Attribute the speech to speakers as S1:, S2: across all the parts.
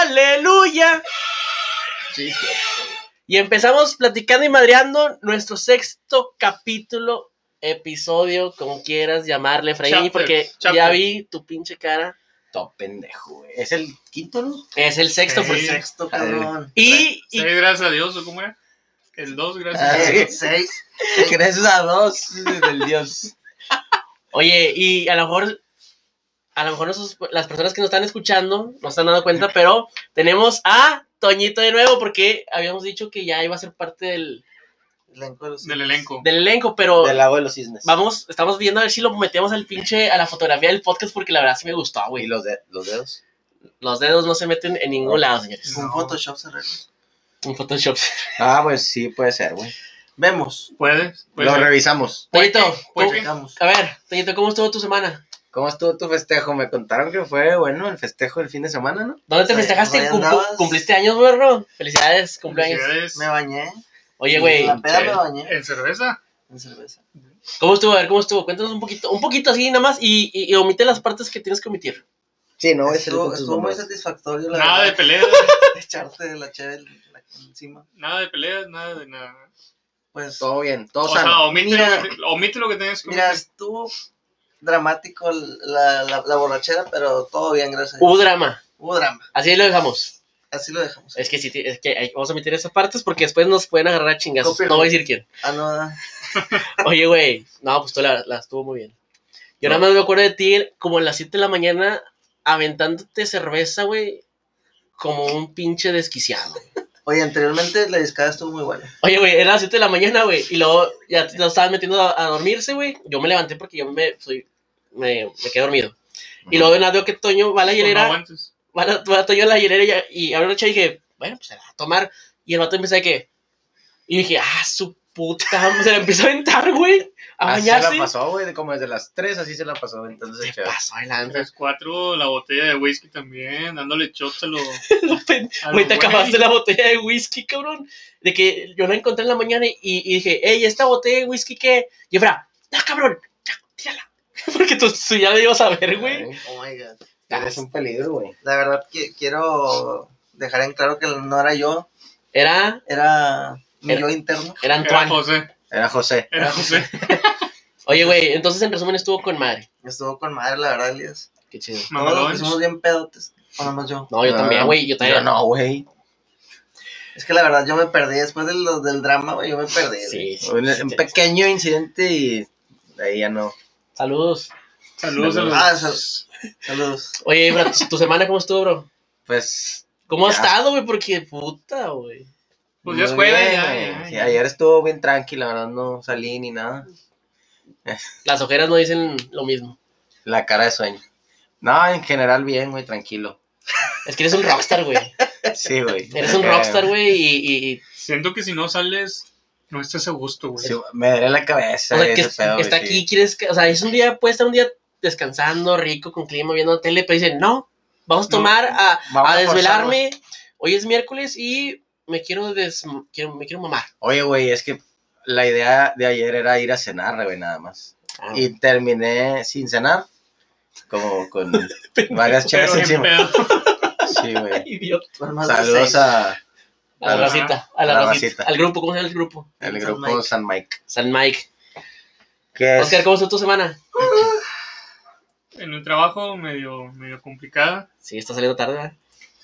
S1: ¡Aleluya!
S2: Sí, sí.
S1: Y empezamos platicando y madreando nuestro sexto capítulo, episodio, como quieras llamarle, Efraín,
S2: Chapter,
S1: porque
S2: chapter.
S1: ya vi tu pinche cara.
S3: Todo pendejo, güey. Es el quinto, ¿no?
S1: Es el sexto,
S2: Sí.
S1: por
S2: El
S3: sexto,
S1: cabrón. Y, y-
S2: Seis, gracias a Dios, ¿o cómo era? El dos, gracias
S3: Ah,
S2: a
S3: sí.
S2: Dios.
S3: Seis. Gracias a dos del Dios.
S1: oye, y a lo mejor, a lo mejor nosotros- las personas que nos están escuchando no se han dado cuenta, pero tenemos a Toñito de nuevo, porque habíamos dicho que ya iba a ser parte del,
S2: Del elenco.
S1: del elenco, pero
S3: Del lago de los cisnes.
S1: vamos, estamos viendo a ver si lo metemos al pinche, a la fotografía del podcast, porque la verdad sí me gustó,
S3: Y
S1: güey.
S3: los, de- los dedos.
S1: Los dedos no se meten en ningún lado, señores.
S2: No.
S4: Con Photoshop se arregla.
S1: Un Photoshop.
S3: Ah, pues sí, puede ser, güey.
S4: Vemos,
S2: ¿Puedes?
S1: Pues
S3: Lo
S2: ¿Puedes?
S3: revisamos.
S1: Toñito,
S2: Pues,
S1: ¿cómo-
S4: llegamos.
S1: a ver, Toñito, ¿cómo estuvo tu semana?
S3: ¿Cómo estuvo tu festejo? Me contaron que fue, bueno, el festejo del fin de semana, ¿no?
S1: ¿Dónde te
S4: Oye,
S1: festejaste?
S4: ¿dónde
S1: Cum-
S4: andabas?
S1: ¿Cumpliste años, borro? Felicidades, cumpleaños.
S2: Felicidades.
S4: Me bañé.
S1: Oye, güey,
S4: La peda me
S2: Sí.
S3: Eh,
S4: bañé
S2: ¿En cerveza?
S4: en cerveza.
S1: ¿cómo estuvo? A ver, ¿cómo estuvo? Cuéntanos un poquito, un poquito así nada más y, y- y omite las partes que tienes que omitir.
S3: Sí, no, es el
S4: estuvo estuvo muy satisfactorio la
S2: Nada de
S4: verdad,
S2: peleas,
S4: de echarte de la cheve en la- encima.
S2: nada de peleas, nada de nada.
S4: Pues,
S3: Todo bien, todo
S2: O sea,
S3: sano.
S2: omite,
S4: mira-
S2: lo que, te- omite lo que tengas que
S4: mira,
S2: omitir.
S4: estuvo dramático el- la, la- la borrachera, pero todo bien, gracias. a Dios.
S1: Hubo drama,
S4: Hubo drama,
S1: así lo dejamos.
S4: así lo dejamos.
S1: Es que sí, es que hay- vamos a omitir esas partes porque después nos pueden agarrar a chingazos.
S4: Copyright.
S1: No voy a decir quién.
S4: Ah, no, ah,
S1: Oye, güey, no, pues tú la, la estuvo muy bien. Yo nada más me acuerdo de ti como a las 7 de la mañana aventándote cerveza, güey, como un pinche desquiciado.
S4: Oye, anteriormente la discada estuvo muy buena.
S1: Oye, güey, era las 7 de la mañana, güey. Y luego ya te- lo estaban metiendo a, a dormirse, güey. Yo me levanté porque yo me soy. Me, me quedé dormido. Y luego de nada veo que Toño va a la
S2: Pues no
S1: hielera.
S2: aguantes.
S1: Va, a la- va Toño a la hielera y, y abre una chava y dije, bueno, pues se la va a tomar. Y el vato empieza de que. Y dije, ah, su puta. madre", Se la empezó a aventar, güey. A
S3: Así se la
S1: bañarse.
S3: pasó, güey, como desde las tres así se la pasó, entonces
S1: Se
S3: chévere.
S1: pasó adelante.
S2: Las cuatro, la botella de whisky también, dándole shots a lo... a lo
S1: Güey, te
S2: güey.
S1: acabaste la botella de whisky, cabrón. De que yo la encontré en la mañana y, y dije, hey, esta botella de whisky que. Y Efra, no, cabrón, ya, tírala. Porque tú, tú ya la ibas a ver, güey.
S3: Ay,
S4: Oh my god.
S3: Eres un peligro, güey.
S4: La verdad que quiero dejar en claro que no era yo,
S1: Era,
S4: era mi
S1: Era-
S4: yo interno.
S1: era
S2: Era
S1: Antoine.
S2: José,
S3: Era José.
S2: era José.
S1: Oye, güey, entonces en resumen estuvo con madre.
S4: Estuvo con madre, la verdad, Elias.
S1: Qué chido.
S4: Todos nos
S2: Mamalón.
S4: pusimos bien pedotes. O nada más yo.
S1: No, yo
S3: No,
S1: también, güey, yo también.
S3: Ah. Yo no, güey.
S4: Es que la verdad yo me perdí. Después de lo- del drama, güey, yo me perdí. güey.
S1: Sí, sí.
S3: Un,
S1: sí,
S3: un
S1: te-
S3: pequeño incidente y ahí ya no.
S1: Saludos.
S2: Saludos a los...
S4: Ah, sal- saludos.
S1: Oye, Efra, ¿tu- ¿tu semana cómo estuvo, bro?
S3: Pues.
S1: ¿Cómo ha
S3: Ya.
S1: estado, güey? Porque puta, güey.
S2: Pues ya es
S3: muy
S2: jueves,
S3: bien,
S2: ya,
S3: güey.
S2: ya,
S3: Sí,
S2: ya.
S3: Ayer estuvo bien tranqui, la verdad no salí ni nada.
S1: Las ojeras no dicen lo mismo.
S3: La cara de sueño. No, en general bien, güey, tranquilo.
S1: Es que eres un rockstar, güey.
S3: Sí, güey.
S1: Eres un
S3: Eh,
S1: rockstar, güey, y- y- y
S2: Siento que si no sales, no estás a gusto, güey.
S3: sí, me duele la cabeza.
S1: O sea, que
S3: ese
S1: es-
S3: pedo, güey,
S1: está
S3: sí.
S1: aquí, quieres que, o sea, es un día, puede estar un día descansando, rico, con clima, viendo tele, pero dicen, no, vamos a
S2: No,
S1: tomar a,
S3: vamos
S1: a
S3: a
S1: desvelarme, hoy es miércoles y me quiero, des, quiero- me quiero mamar.
S3: Oye, güey, es que la idea de ayer era ir a cenar, güey, nada más.
S1: Y-
S3: Y terminé sin cenar. Como con varias
S2: Pero
S3: chavas
S2: qué
S3: encima.
S2: pedo.
S3: Sí, güey.
S1: Idiota.
S4: Fueron más de
S3: Saludos
S4: seis.
S3: a,
S1: A la
S3: Ajá.
S1: racita, a la,
S3: A la
S1: racita.
S3: racita.
S1: Al grupo, ¿cómo se llama el grupo?
S3: al
S4: San
S3: grupo
S4: Mike.
S3: San Mike.
S1: San Mike.
S3: Que es-
S1: Oscar, ¿cómo está tu semana?
S2: En el trabajo, medio, medio complicada.
S1: Sí, está saliendo tarde, ¿verdad?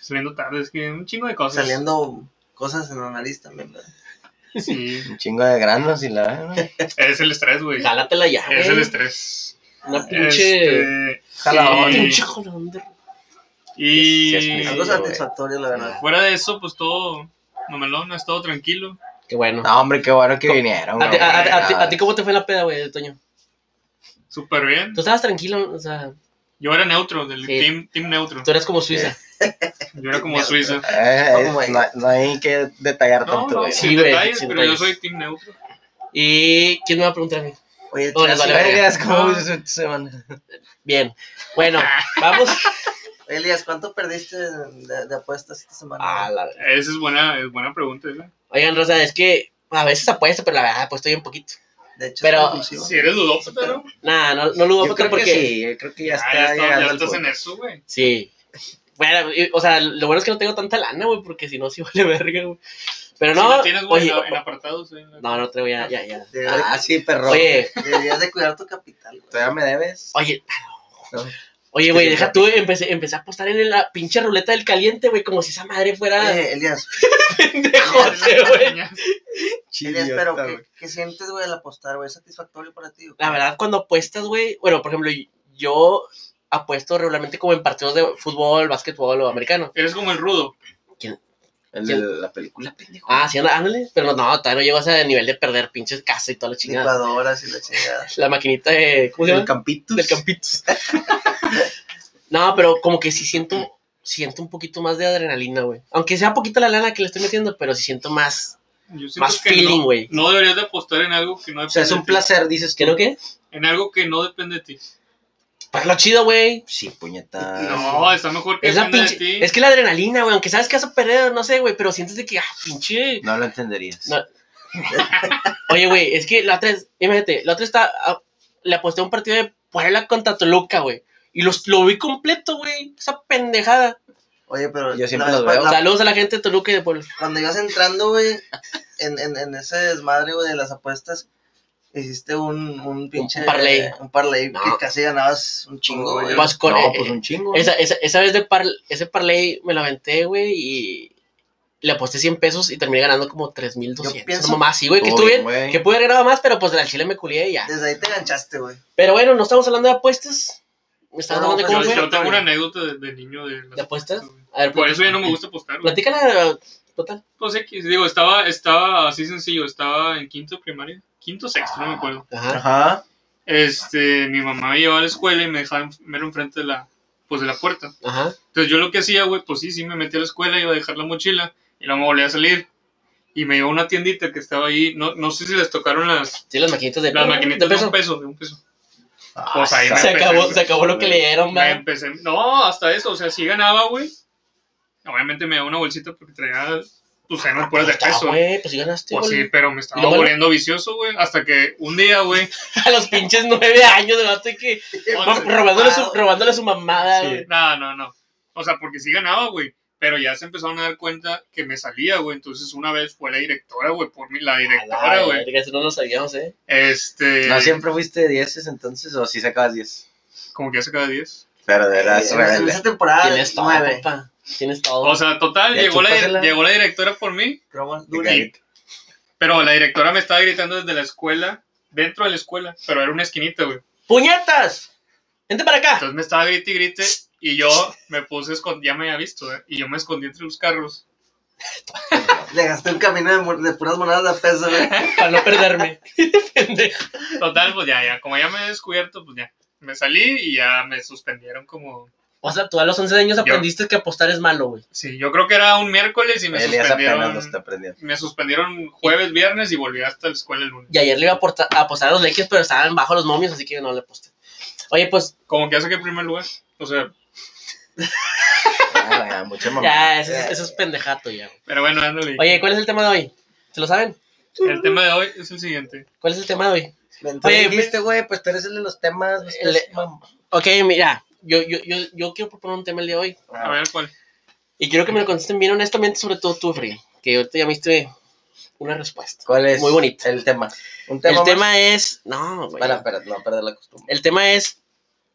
S2: Saliendo tarde, es que un chingo de cosas.
S4: Saliendo cosas en la nariz también, ¿verdad?
S2: Sí,
S3: Un chingo de granos y la.
S2: es el estrés, güey.
S1: Jálatela ya,
S2: Es el este-
S1: güey.
S2: estrés.
S1: Una pinche...
S2: Este,
S3: Jalabón.
S2: Sí.
S1: pinche jolón de-
S2: y
S3: Sí, sí,
S4: Algo
S3: güey.
S4: satisfactorio, la verdad.
S2: fuera de eso, pues todo mamalón, has todo tranquilo.
S1: Qué bueno.
S3: No, hombre, qué bueno que
S1: Co-
S3: vinieron.
S1: a, ti, a- a- a ti-
S3: güey.
S1: a ti cómo te fue la peda, güey, Toño?
S2: Súper bien.
S1: Tú estabas tranquilo, o sea,
S2: Yo era neutro, del
S1: Sí.
S2: team, team neutro.
S1: tú eras como Suiza.
S2: Yo era como Suiza.
S3: Eh, eh,
S4: No, güey.
S3: no, no hay que detallar
S2: No,
S3: tanto,
S2: no,
S3: güey.
S1: Sí,
S2: sin
S1: güey,
S2: detalles,
S1: sin
S2: pero yo
S1: detalles.
S2: soy team neutro.
S1: ¿Y quién me va a preguntar a mí?
S4: Oye,
S1: No, les
S4: Chelsea,
S1: vale verga.
S3: Vergas, ¿cómo
S2: No.
S3: se- se van?
S1: Bien. Bueno, vamos.
S4: Elias, ¿cuánto perdiste de, de apuestas esta semana?
S1: Ah, la verdad.
S2: Esa es buena, es buena pregunta, esa.
S1: Oigan, Rosa, es que a veces apuesto, pero la verdad apuesto bien poquito.
S4: de hecho,
S1: pero-
S4: es
S2: Si
S4: compulsivo.
S2: eres dudoso, pero.
S1: Nada, no, no lo voy a
S3: Yo
S1: apostar
S3: creo que
S1: porque.
S3: sí, yo creo que ya
S2: Ah,
S3: está
S2: ya, está- ya
S3: llegando al
S2: estás
S3: punto.
S2: en eso, güey.
S1: Sí. Bueno, y- o sea, lo bueno es que no tengo tanta lana, güey, porque si no, sí vale verga, güey. Pero
S2: Si
S1: no.
S2: la tienes, güey,
S1: oye,
S2: en, en apartados. eh, en la-
S1: no, no traigo ya, ya, ya.
S4: Debe-
S3: Ah, sí, perro.
S1: Oye,
S4: Deberías de cuidar tu capital, güey.
S3: Todavía me debes.
S1: oye.
S3: No.
S1: Oye, güey, deja tú, empecé, empecé a apostar en la pinche ruleta del caliente, güey, como si esa madre fuera
S4: Oye, Elías,
S1: de José,
S2: en las
S1: güey.
S2: cañas.
S4: Elías,
S3: Idiota,
S4: pero
S3: güey.
S4: ¿qué, qué sientes, güey, al apostar, güey? ¿Es satisfactorio para ti? güey?
S1: La verdad, cuando apuestas, güey, bueno, por ejemplo, yo apuesto regularmente como en partidos de fútbol, básquetbol o americano.
S2: Eres como el rudo.
S3: El de la película, pendejo.
S1: Ah, sí, anda- ándale, pero no, no, todavía no llego a ese nivel de perder pinches casa y toda la chingada.
S4: Licuadoras y la chingada.
S1: La maquinita de, ¿cómo se llama?
S3: El Campitus.
S1: del Campitos. no, pero como que sí siento, siento un poquito más de adrenalina, güey. Aunque sea poquita la lana que le estoy metiendo, pero sí siento más,
S2: Yo siento
S1: más
S2: que no-
S1: feeling, güey.
S2: No, deberías de apostar en algo que no depende
S3: O sea, es un
S2: de ti.
S3: placer, dices
S1: ¿Qué
S3: que
S1: no qué?
S2: En algo que no depende de ti.
S1: Pues lo chido, güey.
S3: Sí, puñeta.
S2: No, está mejor que
S1: Ah, Es, la
S2: dependa
S1: pinche,
S2: de ti.
S1: es que la adrenalina, güey, aunque sabes que vas a perder, no sé, güey, pero sientes de que, ah, pinche.
S3: No lo entenderías.
S1: No. Oye, güey, es que la otra es, imagínate, la otra está, ah, le aposté a un partido de Puebla contra Toluca, güey. Y los, lo vi completo, güey. Esa pendejada.
S4: Oye, pero
S3: Yo siempre
S4: la
S3: los
S4: vez pa-
S3: veo.
S4: la-
S1: Saludos a la gente de Toluca y de Puebla.
S4: cuando ibas entrando, güey, en, en, en ese desmadre, güey, de las apuestas, hiciste un, un pinche...
S1: parlay.
S4: eh, un parlay
S1: No.
S4: que casi ganabas un chingo, güey.
S1: Vas con,
S3: No,
S1: eh,
S3: pues un chingo.
S1: Esa, esa, esa vez de par, ese parlay me la aventé, güey, y le aposté 100 pesos y terminé ganando como 3.200.
S4: Yo pienso-
S1: No mamá, sí, güey, que
S3: Todo
S1: estuve
S3: bien, güey.
S1: que pude haber ganado más, pero pues al chile me culié y ya.
S4: Desde ahí te enganchaste, güey.
S1: Pero bueno, no estamos hablando de apuestas. Me estás
S4: No,
S1: hablando de
S4: pues,
S1: cómo
S2: yo,
S1: fue.
S2: yo tengo una anécdota de, de niño de las
S1: ¿De apuestas?
S2: güey.
S1: A ver,
S2: Por
S1: pues,
S2: eso ya no me gusta apostar. güey.
S1: platícala, total.
S2: Pues X, digo, estaba, estaba así sencillo, estaba en quinto de primaria, quinto o sexto, no me acuerdo.
S1: Ajá.
S3: Ajá.
S2: Este, mi mamá me llevaba a la escuela y me dejaba en- mero enfrente de la, pues de la puerta.
S1: Ajá.
S2: Entonces yo lo que hacía, güey, pues sí, sí me metí a la escuela, iba a dejar la mochila y luego me volví a salir. Y me llevó a una tiendita que estaba ahí, no, no sé si les tocaron las,
S1: Sí, las maquinitas de,
S2: las
S1: de
S2: maquinitas de,
S1: peso.
S2: un peso, de un peso. Pues ahí me
S1: Ah, Se
S2: empecé,
S1: acabó,
S2: güey.
S1: se acabó lo que le dieron,
S2: Me
S1: man.
S2: empecé, no, hasta eso, o sea, sí ganaba, güey. Obviamente me daba una bolsita porque traía, pues, eran puras de
S1: Ah,
S2: peso.
S1: güey, pues sí ganaste,
S2: Pues sí,
S1: güey.
S2: pero me
S1: ¿Y lo
S2: estaba
S1: malo?
S2: volviendo vicioso, güey. Hasta que un día, güey.
S1: A los pinches nueve años, de vato, y que...
S2: once-
S1: Robándole
S4: Ah,
S1: su, robándole su mamada, güey.
S2: sí, No, no, no. O sea, porque sí ganaba, güey. Pero ya se empezaron a dar cuenta que me salía, güey. Entonces una vez fue la directora, güey, por mí, la
S1: A
S2: directora,
S1: la
S2: güey.
S1: verga, eso no lo sabíamos, ¿eh?
S2: Este.
S3: ¿No siempre fuiste de 10 entonces o sí sacabas Eh, 10?
S2: Como que hace cada 10.
S3: Pero
S4: En
S3: eras
S4: esa- en
S3: rebelde.
S4: esa temporada,
S1: Tienes todo,
S4: nueve.
S1: papá. Tienes todo.
S2: Ah, O sea, total,
S3: Ya
S2: llegó la,
S3: chúpasela.
S2: llegó la directora por mí.
S4: Ramón,
S3: De
S4: dura.
S3: carita.
S2: Pero la directora me estaba gritando desde la escuela, dentro de la escuela. Pero era una esquinita, güey.
S1: ¡Puñetas! ¡Vente para acá!
S2: Entonces me estaba grite y grite. Y yo me puse escond- ya me había visto, ¿eh? Y yo me escondí entre los carros.
S4: Le gasté un camino de, mu- de puras monedas de peso, güey.
S1: Para no perderme. Pendejo.
S2: Total, pues ya, ya, como ya me he descubierto, pues ya. Me salí y ya me suspendieron como...
S1: o sea, tú a los 11 años aprendiste que apostar es malo, güey.
S2: Sí, yo creo que era un miércoles y me
S3: Elías apenas lo
S2: suspendieron...
S3: está aprendiendo.
S2: Me suspendieron jueves, viernes y volví hasta la escuela el lunes.
S1: Y ayer le iba a, aporta- a apostar a los Lakers, pero estaban bajo los momios, así que no le aposté. Oye, pues,
S2: Como que hace que en primer lugar. O sea,
S3: Ah, ya, mucha mamá.
S1: ya, eso, es- eso es pendejato ya. güey.
S2: pero bueno, ándale.
S1: Oye, ¿cuál es el tema de hoy? ¿Se lo saben?
S2: El tema de hoy es el siguiente.
S1: ¿Cuál es el tema de hoy?
S3: Entonces
S1: Oye,
S3: dijiste, güey, pues tú eres el de los temas. pues, tú
S1: El-
S3: eres mamá.
S1: Ok, mira, yo, yo, yo, yo quiero proponer un tema el día de hoy.
S2: A ver, ¿cuál?
S1: Y quiero que me lo contesten bien honestamente, sobre todo tú, Free. Que ahorita ya me diste una respuesta.
S3: ¿Cuál es?
S1: Muy bonito.
S3: El tema. Un tema.
S1: El
S3: más?
S1: tema es. No, güey.
S3: Para, para, no perder la costumbre.
S1: El tema es,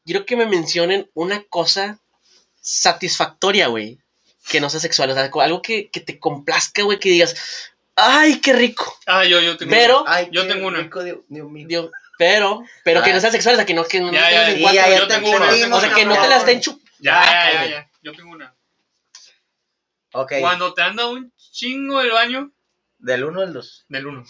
S1: quiero que me mencionen una cosa satisfactoria, güey, que no sea sexual, o sea, co- algo que, que te complazca, güey, que digas, ay, qué rico,
S2: Ah, yo, yo tengo...
S1: pero,
S4: Ay,
S2: Yo
S4: qué
S2: tengo una.
S4: rico, Dios- Dios mío.
S1: Dios, pero, pero que no sea sexual, o sea, que no, que no
S2: Ya,
S1: la tengas
S2: ya,
S1: en
S2: ya,
S1: cuatro,
S2: ya,
S1: güey.
S2: yo tengo una.
S1: o sea, que no te la estén chupando.
S2: Ya,
S1: Ah,
S2: ya, ya,
S1: cabrón.
S2: ya. Yo tengo una.
S3: Ok.
S2: Cuando te anda un chingo el baño,
S3: Del 1 al 2.
S2: del uno.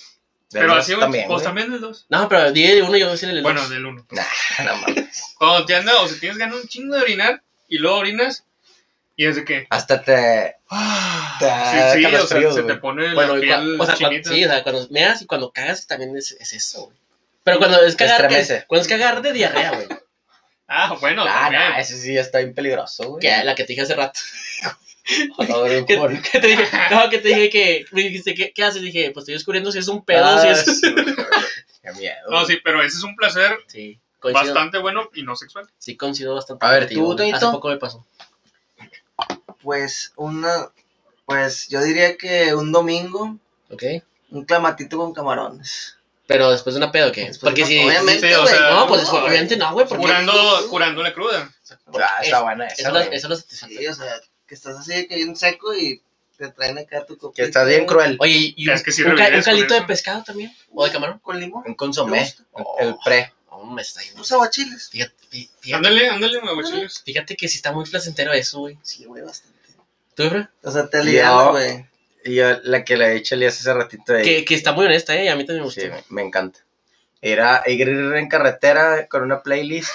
S2: Pero así, güey,
S3: también.
S2: pues
S3: güey.
S2: también del dos.
S1: No, pero di de uno, yo voy a decir el
S2: Bueno,
S1: dos.
S2: del uno.
S3: No mames.
S2: Cuando te anda, o sea, tienes ganas un chingo de orinar y luego orinas y es de que...
S3: Hasta te. te da
S2: Sí, sí, o sea,
S3: escalofríos,
S2: se te
S3: güey.
S2: pone
S1: Bueno,
S2: la
S1: y cua-
S2: piel
S1: o sea, cuando,
S2: chinita.
S1: sí, o sea, cuando meas y cuando cagas también es, es eso, güey. Pero cuando es cagar, que-
S3: Estremece.
S1: cuando es cagar de diarrea, güey,
S2: Ah, bueno,
S3: Ah,
S2: también.
S3: no, ese sí ya está bien peligroso, güey.
S1: que la que te dije hace rato.
S3: Joder, güey,
S1: que,
S3: por-
S1: que te dije, no, que te dije que, me dijiste, ¿qué, qué haces? Dije, pues estoy descubriendo si es un pedo, si
S3: Ah,
S1: es...
S3: sí, güey. Qué miedo.
S2: No, sí, pero ese es un placer
S1: Sí, coincido,
S2: bastante bueno y no sexual.
S1: sí, coincido bastante.
S3: A ver, ¿tú,
S1: güey.
S3: Toñito?
S1: Hace poco me pasó.
S4: Pues una, pues yo diría que un domingo,
S1: ¿ok?
S4: un clamatito con camarones.
S1: Pero después de una pedo, ¿qué?
S4: Después
S1: Eh, Porque
S4: de-
S1: si...
S4: obviamente,
S2: sí, o
S4: güey,
S2: sea,
S1: No, pues
S4: güey.
S1: obviamente no, güey, porque...
S2: Curando, curando la cruda.
S3: Ah,
S1: es-
S3: está buena
S1: Eso
S3: esa,
S1: es lo- eso
S3: güey.
S1: es lo satisfactorio.
S4: Sí, o sea, que estás así de que bien seco y te traen acá tu copita.
S3: Que estás bien
S4: güey,
S3: cruel.
S1: Oh. Oye, y un,
S2: Es que sí
S1: un ca-
S2: revives
S1: un calito de
S2: con eso.
S1: pescado también, o de camarón.
S4: Con limón,
S3: Un
S4: ¿Te
S3: consomé.
S4: gusta?
S3: El, el pre.
S1: Oh, me está yendo.
S4: unos aguachiles.
S1: Fíjate, fí- fíjate,
S2: Ándale, ándale, huevochiles.
S1: fíjate que sí está muy placentero eso, güey.
S4: Sí, güey, bastante.
S1: ¿Tú, Efra?
S4: O sea, te
S3: Yo-
S4: aliviana, güey.
S3: Y yo, la que le he dicho Elías hace ratito. de-
S1: Que, que está muy honesta, ¿eh? A mí también me gustó.
S3: Sí, me, me encanta. Era ir en carretera con una playlist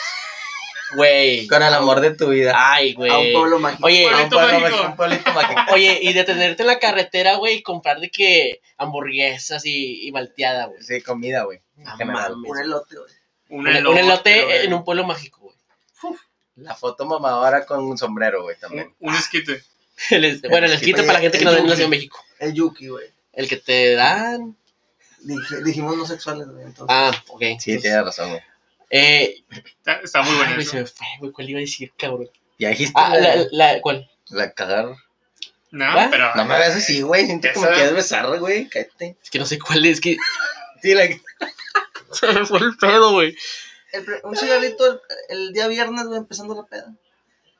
S1: Güey.
S3: con el amor de tu vida.
S1: Ay,
S4: A un
S1: güey.
S4: pueblo mágico.
S1: Oye,
S2: Pueblito
S3: A un pueblo
S2: mágico.
S3: mágico, un pueblito mágico.
S1: oye, y detenerte en la carretera, güey, y comprar de que hamburguesas y, y malteada, güey.
S3: Sí, comida, güey.
S1: No
S3: general.
S1: mames.
S4: Un elote, güey.
S2: Un
S1: Un elote,
S2: elote, güey.
S1: en un pueblo mágico, güey.
S3: La foto mamadora con un sombrero, güey, también.
S2: Un- Un esquite.
S1: El este- bueno, el esquite
S4: Oye,
S1: para la gente que
S4: el
S1: no no
S4: dulce.
S1: nació en México.
S4: El yuki, güey.
S1: El que te dan.
S4: Dije- dijimos no sexuales, güey. Entonces,
S1: Ah, ok.
S3: Sí, tienes razón, güey.
S1: Eh,
S2: Está, está muy
S1: ay,
S2: bueno
S1: güey, se
S2: eso.
S1: me fue, güey. ¿Cuál iba a decir, cabrón?
S3: Ya dijiste.
S1: Ah,
S3: güey,
S1: la, la, ¿cuál?
S3: la cagar.
S1: ¿Va?
S2: No, pero.
S3: No me ves así, güey. Siento como
S2: Esa-
S3: que es besar, güey. Cállate.
S1: Es que no sé cuál es, que
S3: Sí, la que
S1: se me fue el pedo, güey.
S4: el pr- un cigarrito el, el día viernes, güey, empezando la peda.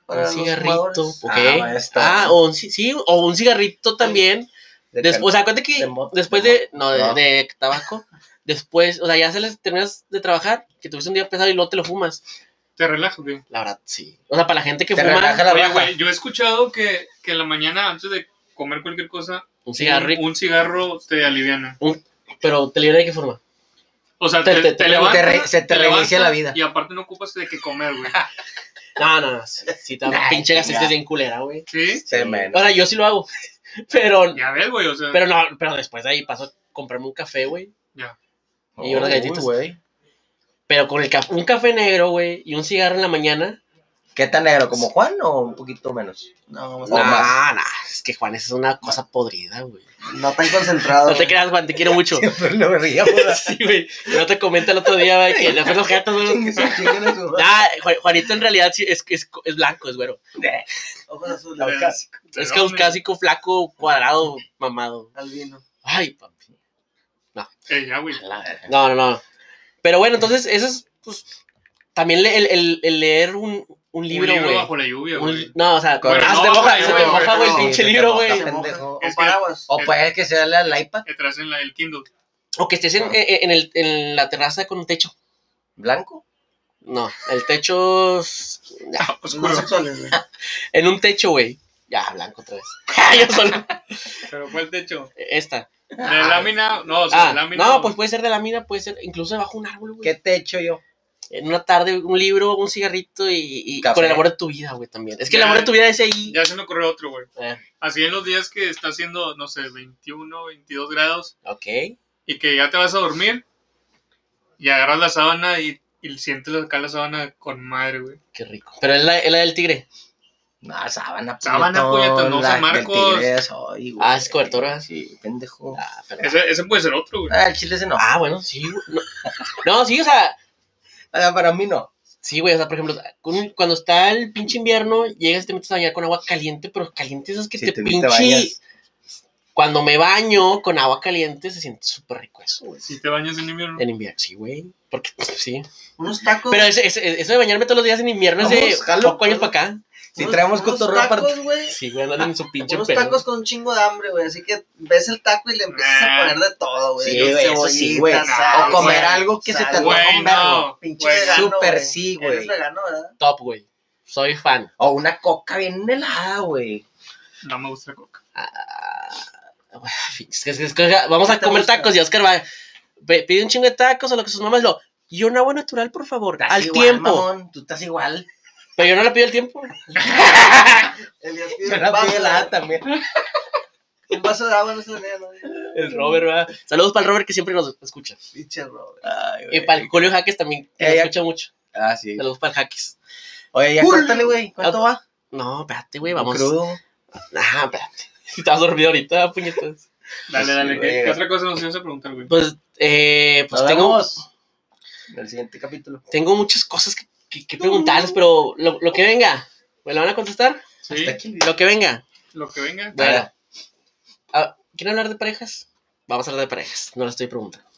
S1: Un
S4: los
S1: cigarrito,
S4: fumadores.
S1: ok.
S3: Ah, maestro.
S1: Ah, o un, ci- sí, o un cigarrito también.
S3: de
S1: Después, o sea, acuérdate que
S3: de mota,
S1: después
S3: de
S1: de, no, de,
S3: Ah.
S1: de tabaco, después, o sea, ya se les terminas de trabajar, que tuviste un día pesado y luego te lo fumas.
S2: Te relajo, güey.
S1: La verdad, sí. O sea, para la gente que
S3: Te
S1: fuma
S3: relaja la
S2: Oye,
S3: raja.
S2: güey, yo he escuchado que, que en la mañana, antes de comer cualquier cosa,
S1: un cigarro,
S2: un, un cigarro te aliviana.
S1: pero te libera de qué forma.
S2: O sea,
S1: Te-
S2: te,
S1: te-
S2: te,
S1: te
S2: levanta.
S3: re- se te
S2: levanta
S3: reinicia la vida.
S2: Y aparte no ocupas de que comer, güey.
S1: No, no, no. Si, si te da una
S3: Nah,
S1: pinche gastritis
S3: ya.
S1: bien culera, güey.
S2: Sí.
S3: Se
S1: O
S3: me-
S1: sea, yo sí lo hago. Pero,
S2: Ya ves, güey, o sea.
S1: pero no, pero después de ahí paso a comprarme un café, güey. y unas
S3: Uy,
S1: galletitas.
S3: güey.
S1: Pero con el café, un café negro, güey, y un cigarro en la mañana,
S3: ¿Qué tan negro? ¿Como Juan o un poquito menos?
S4: No,
S3: O
S1: No,
S4: no,
S3: más.
S1: no, es que Juan, eso es una cosa podrida, güey.
S4: no tan concentrado.
S1: No te
S4: güey.
S1: creas, Juan, te quiero mucho.
S3: Siempre lo veía, güey.
S1: Sí, güey. No te comenta el otro día, güey, que le fue los gatos, güey.
S3: Chinguen a su madre.
S1: Ah, Ju- Juanito en realidad sí es, es, es blanco, es güero.
S4: Ojos azules.
S3: Caucásico.
S2: ¿de
S1: Es
S2: dónde?
S1: caucásico, flaco, cuadrado, mamado.
S4: Albino.
S1: Ay, papi.
S2: Eh, ya, güey.
S1: No, no, no. Pero bueno, entonces, eso es, pues, también le- el, el, el leer un, un
S2: Un
S1: libro,
S2: libro
S1: güey.
S2: bajo la lluvia, güey.
S1: Un- No, o sea,
S3: Bueno,
S1: ah, se te
S2: no,
S1: moja,
S2: güey,
S1: se te
S2: güey,
S1: moja, güey, el
S4: no,
S1: pinche
S3: se te
S1: libro,
S3: moja,
S1: güey.
S3: se pendejo.
S4: O
S2: Es que-
S4: paraguas.
S3: O puede que sea la iPad
S2: Te traes en la, el Kindle.
S1: O que estés en, eh,
S3: Ah.
S1: en- en el- en la terraza con un techo.
S3: blanco.
S1: No, el techo... es-
S4: pues, No
S2: Oscuro.
S4: sexuales, güey.
S1: En un techo, güey. Ya, blanco otra vez. Ah, yo solo.
S2: Pero ¿cuál techo?
S1: Esta.
S2: ¿De lámina? No, o sea, de
S1: Ah,
S2: lámina.
S1: no, pues puede ser de la mina, puede ser incluso debajo de un árbol,
S3: ¿Qué
S1: güey.
S3: te echo yo?
S1: En una tarde, un libro, un cigarrito y, y
S3: Café.
S1: con el amor de tu vida, güey, también. Es que el
S2: Ya.
S1: amor de tu vida es ahí.
S2: Ya se me ocurrió otro, güey.
S1: Eh,
S2: Así en los días que está haciendo, no sé, 21, 22 grados
S1: ok.
S2: y que ya te vas a dormir y agarras la sábana y, y sientes acá la sábana con madre, güey.
S1: Qué rico. Pero es la, es la del tigre.
S3: No, Ah, sábana,
S2: Sábana, puñetón, no,
S3: la
S2: San
S3: del
S2: Marcos.
S3: tigre es hoy, güey.
S1: Ah, es cobertura.
S3: Sí, pendejo.
S1: Ah, pero-
S2: Ese, ese puede ser otro, güey.
S3: Ah, el chile se no.
S1: Ah, bueno, sí. güey. No, No, sí, o sea,
S3: Ah, para mí no.
S1: sí, güey. O sea, por ejemplo, con- cuando está el pinche invierno, llegas y te metes a bañar con agua caliente, pero caliente esas que
S3: Si
S1: te,
S3: tú ni te
S1: pinche.
S3: bañas.
S1: Cuando me baño con agua caliente, se siente súper rico eso, güey.
S2: Si te bañas en invierno.
S1: En invierno, sí, güey. Porque pues, sí.
S4: Unos tacos.
S1: Pero ese- ese- eso de bañarme todos los días en invierno es de
S3: Vamos, jalo.
S1: poco años para acá.
S3: Si
S4: unos-
S3: traemos
S4: unos
S3: cotorreo aparte.
S4: tacos, güey.
S1: Sí, güey, andan en su pinche
S4: Unos
S1: pedo.
S4: tacos con un chingo de hambre, güey. Así que ves el taco y le empiezas a
S2: Nah.
S4: poner de todo, güey.
S3: Sí, güey, eso sí, güey.
S4: sal,
S3: O comer
S4: güey,
S3: algo que se te
S4: sal,
S3: antoja
S2: Güey,
S3: un verbo.
S2: no.
S4: Pinche
S2: Güey,
S4: vegano,
S3: Súper
S4: güey.
S3: sí,
S4: Eres
S3: güey.
S4: vegano, ¿verdad?
S1: Top, güey. Soy fan.
S3: O una coca bien helada, güey.
S2: No me gusta la coca.
S1: Ah, güey, es que- es que- es que- vamos
S4: ¿Qué
S1: a
S4: te
S1: comer
S4: gusta?
S1: tacos y Oscar va. pe- Pide un chingo de tacos o lo que sus mamás lo. Y un agua natural, por favor.
S3: Estás
S1: al
S3: igual,
S1: tiempo.
S3: mamón, Tú estás igual.
S1: Pero yo no le pido el tiempo.
S4: El día
S3: Yo
S4: pide un
S3: la
S4: vaso
S3: pido helada
S4: de-
S3: también.
S4: un vaso de agua no se le niega a nadie.
S1: El Robert, ¿verdad? Saludos para el Robert que siempre nos escucha.
S4: Pinche Robert.
S3: Ay,
S1: Y para el Julio Jaques también, que nos
S3: Ella-
S1: escucha mucho.
S3: Ah, sí.
S1: Saludos para el Jaques.
S3: Oye, ya
S4: Uy.
S3: cuéntale, güey. ¿Cuánto
S1: Ah,
S3: va?
S1: No, espérate, güey, vamos.
S3: Crudo.
S1: Nah, espérate. Si te vas dormido ahorita, puñetas.
S2: Dale,
S3: Sí,
S2: dale. ¿Qué,
S3: güey.
S2: qué otra cosa nos ibas a preguntar, güey?
S1: Pues, eh, pues
S3: Nos
S1: tengo,
S3: vemos en el siguiente capítulo.
S1: tengo muchas cosas que, que- que preguntarles, pero lo, lo que venga, ¿me lo van a contestar?
S2: Sí,
S3: Hasta aquí.
S1: Lo que venga.
S2: lo que venga.
S1: Bueno.
S3: Dale.
S1: Ah, ¿Quieren hablar de parejas? Vamos a hablar de parejas, no lo estoy preguntando.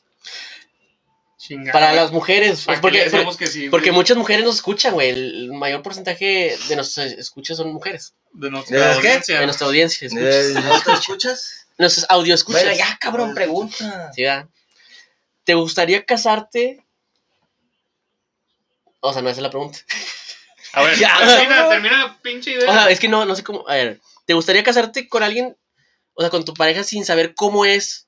S2: Chingada.
S1: Para las mujeres,
S2: ¿Para qué le
S1: porque,
S2: decimos que sí?
S1: porque
S2: güey?
S1: muchas mujeres nos escuchan, güey. El mayor porcentaje de nuestros escuchas son mujeres.
S2: De
S3: ¿De
S2: nuestra
S3: las qué?
S2: audiencia.
S1: De nuestra audiencia. escuchas.
S3: Eh,
S4: ¿No te escuchas?
S1: Nuestros audio escuchas. Pues,
S3: Bueno, ya, cabrón, pregunta.
S1: Sí, ¿verdad? ¿Te gustaría casarte? O sea, no esa es la pregunta.
S2: A ver,
S1: Ya.
S2: termina, termina la pinche idea.
S1: O sea, es que no, no sé cómo. A ver, ¿te gustaría casarte con alguien, o sea, con tu pareja sin saber cómo es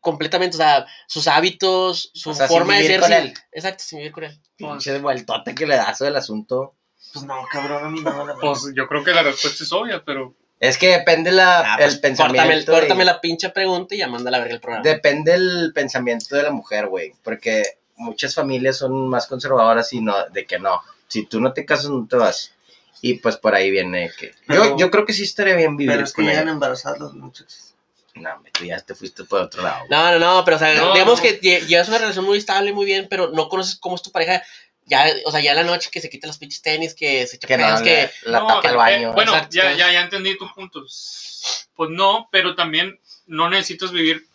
S1: completamente? O sea, sus hábitos, su
S3: O sea, sin
S1: forma de ser.
S3: vivir con
S1: sin-
S3: él.
S1: Exacto, sin vivir con él.
S3: Pinche vueltote que le das del asunto.
S4: Pues no, cabrón, a mí no. la verdad.
S2: Pues yo creo que la respuesta es obvia, pero
S3: Es que depende la,
S1: Ah, pues,
S3: el
S1: córtame,
S3: pensamiento.
S1: córtame
S3: de-
S1: la pinche pregunta y ya manda a la verga el programa.
S3: Depende el pensamiento de la mujer, güey. Porque muchas familias son más conservadoras y no, de que no. Si tú no te casas, no te vas. Y pues por ahí viene que.
S4: Pero-
S3: yo, yo creo que sí estaría bien vivir.
S4: Pero es que
S3: con
S4: llegan
S3: ella.
S4: embarazadas las muchachas.
S3: No, hombre, tú ya te fuiste por otro lado. güey.
S1: No, no, no, pero o sea,
S2: No,
S1: digamos
S2: no.
S1: que lle- llevas una relación muy estable, muy bien, pero no conoces cómo es tu pareja. Ya, o sea, ya en la noche que se quita los pinches tenis, que se echa
S3: que no,
S1: pedos, que.
S3: la, la
S2: No,
S3: tapa al
S2: eh,
S3: baño.
S2: bueno,
S1: Exacto.
S2: ya, ya, ya entendí tu punto. Pues no, pero también no necesitas vivir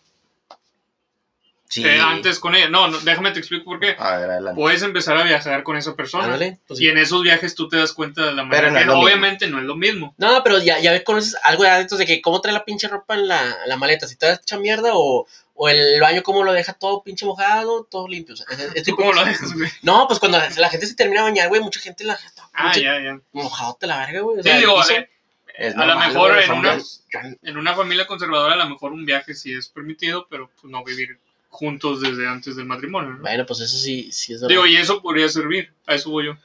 S3: Sí.
S2: eh, antes con ella. No, no, déjame te explico por qué.
S3: A ver, adelante.
S2: Puedes empezar a viajar con esa persona.
S1: Ándale, pues,
S2: Y en esos viajes tú te das cuenta de la manera
S3: Pero no
S2: que
S3: es lo
S2: obviamente no es lo mismo.
S1: No, pero ya, ya conoces algo de hábitos de que cómo trae la pinche ropa en la, la maleta, si te has hecha mierda o, o el baño cómo lo deja todo pinche mojado, todo limpio. o sea, ese- ese
S2: ¿Tú
S1: tipo de
S2: cómo lo
S1: cosas.
S2: dejas, güey?
S1: No, pues cuando la, la gente se termina de bañar, güey, mucha gente la está
S2: Ah,
S1: pinche
S2: ya, ya.
S1: mojadote la verga, güey. o
S2: Sí,
S1: sea, el
S2: digo,
S1: piso.
S2: eh,
S3: Es
S2: a lo
S3: normal,
S2: mejor
S3: güey,
S2: en
S3: los
S2: una-
S3: hombres-
S1: Yo-
S2: en una familia conservadora a lo mejor un viaje sí es permitido, pero pues, no vivir juntos desde antes del matrimonio. ¿no?
S1: Bueno, pues eso sí, sí es verdad.
S2: Digo, y eso podría servir. A eso voy yo.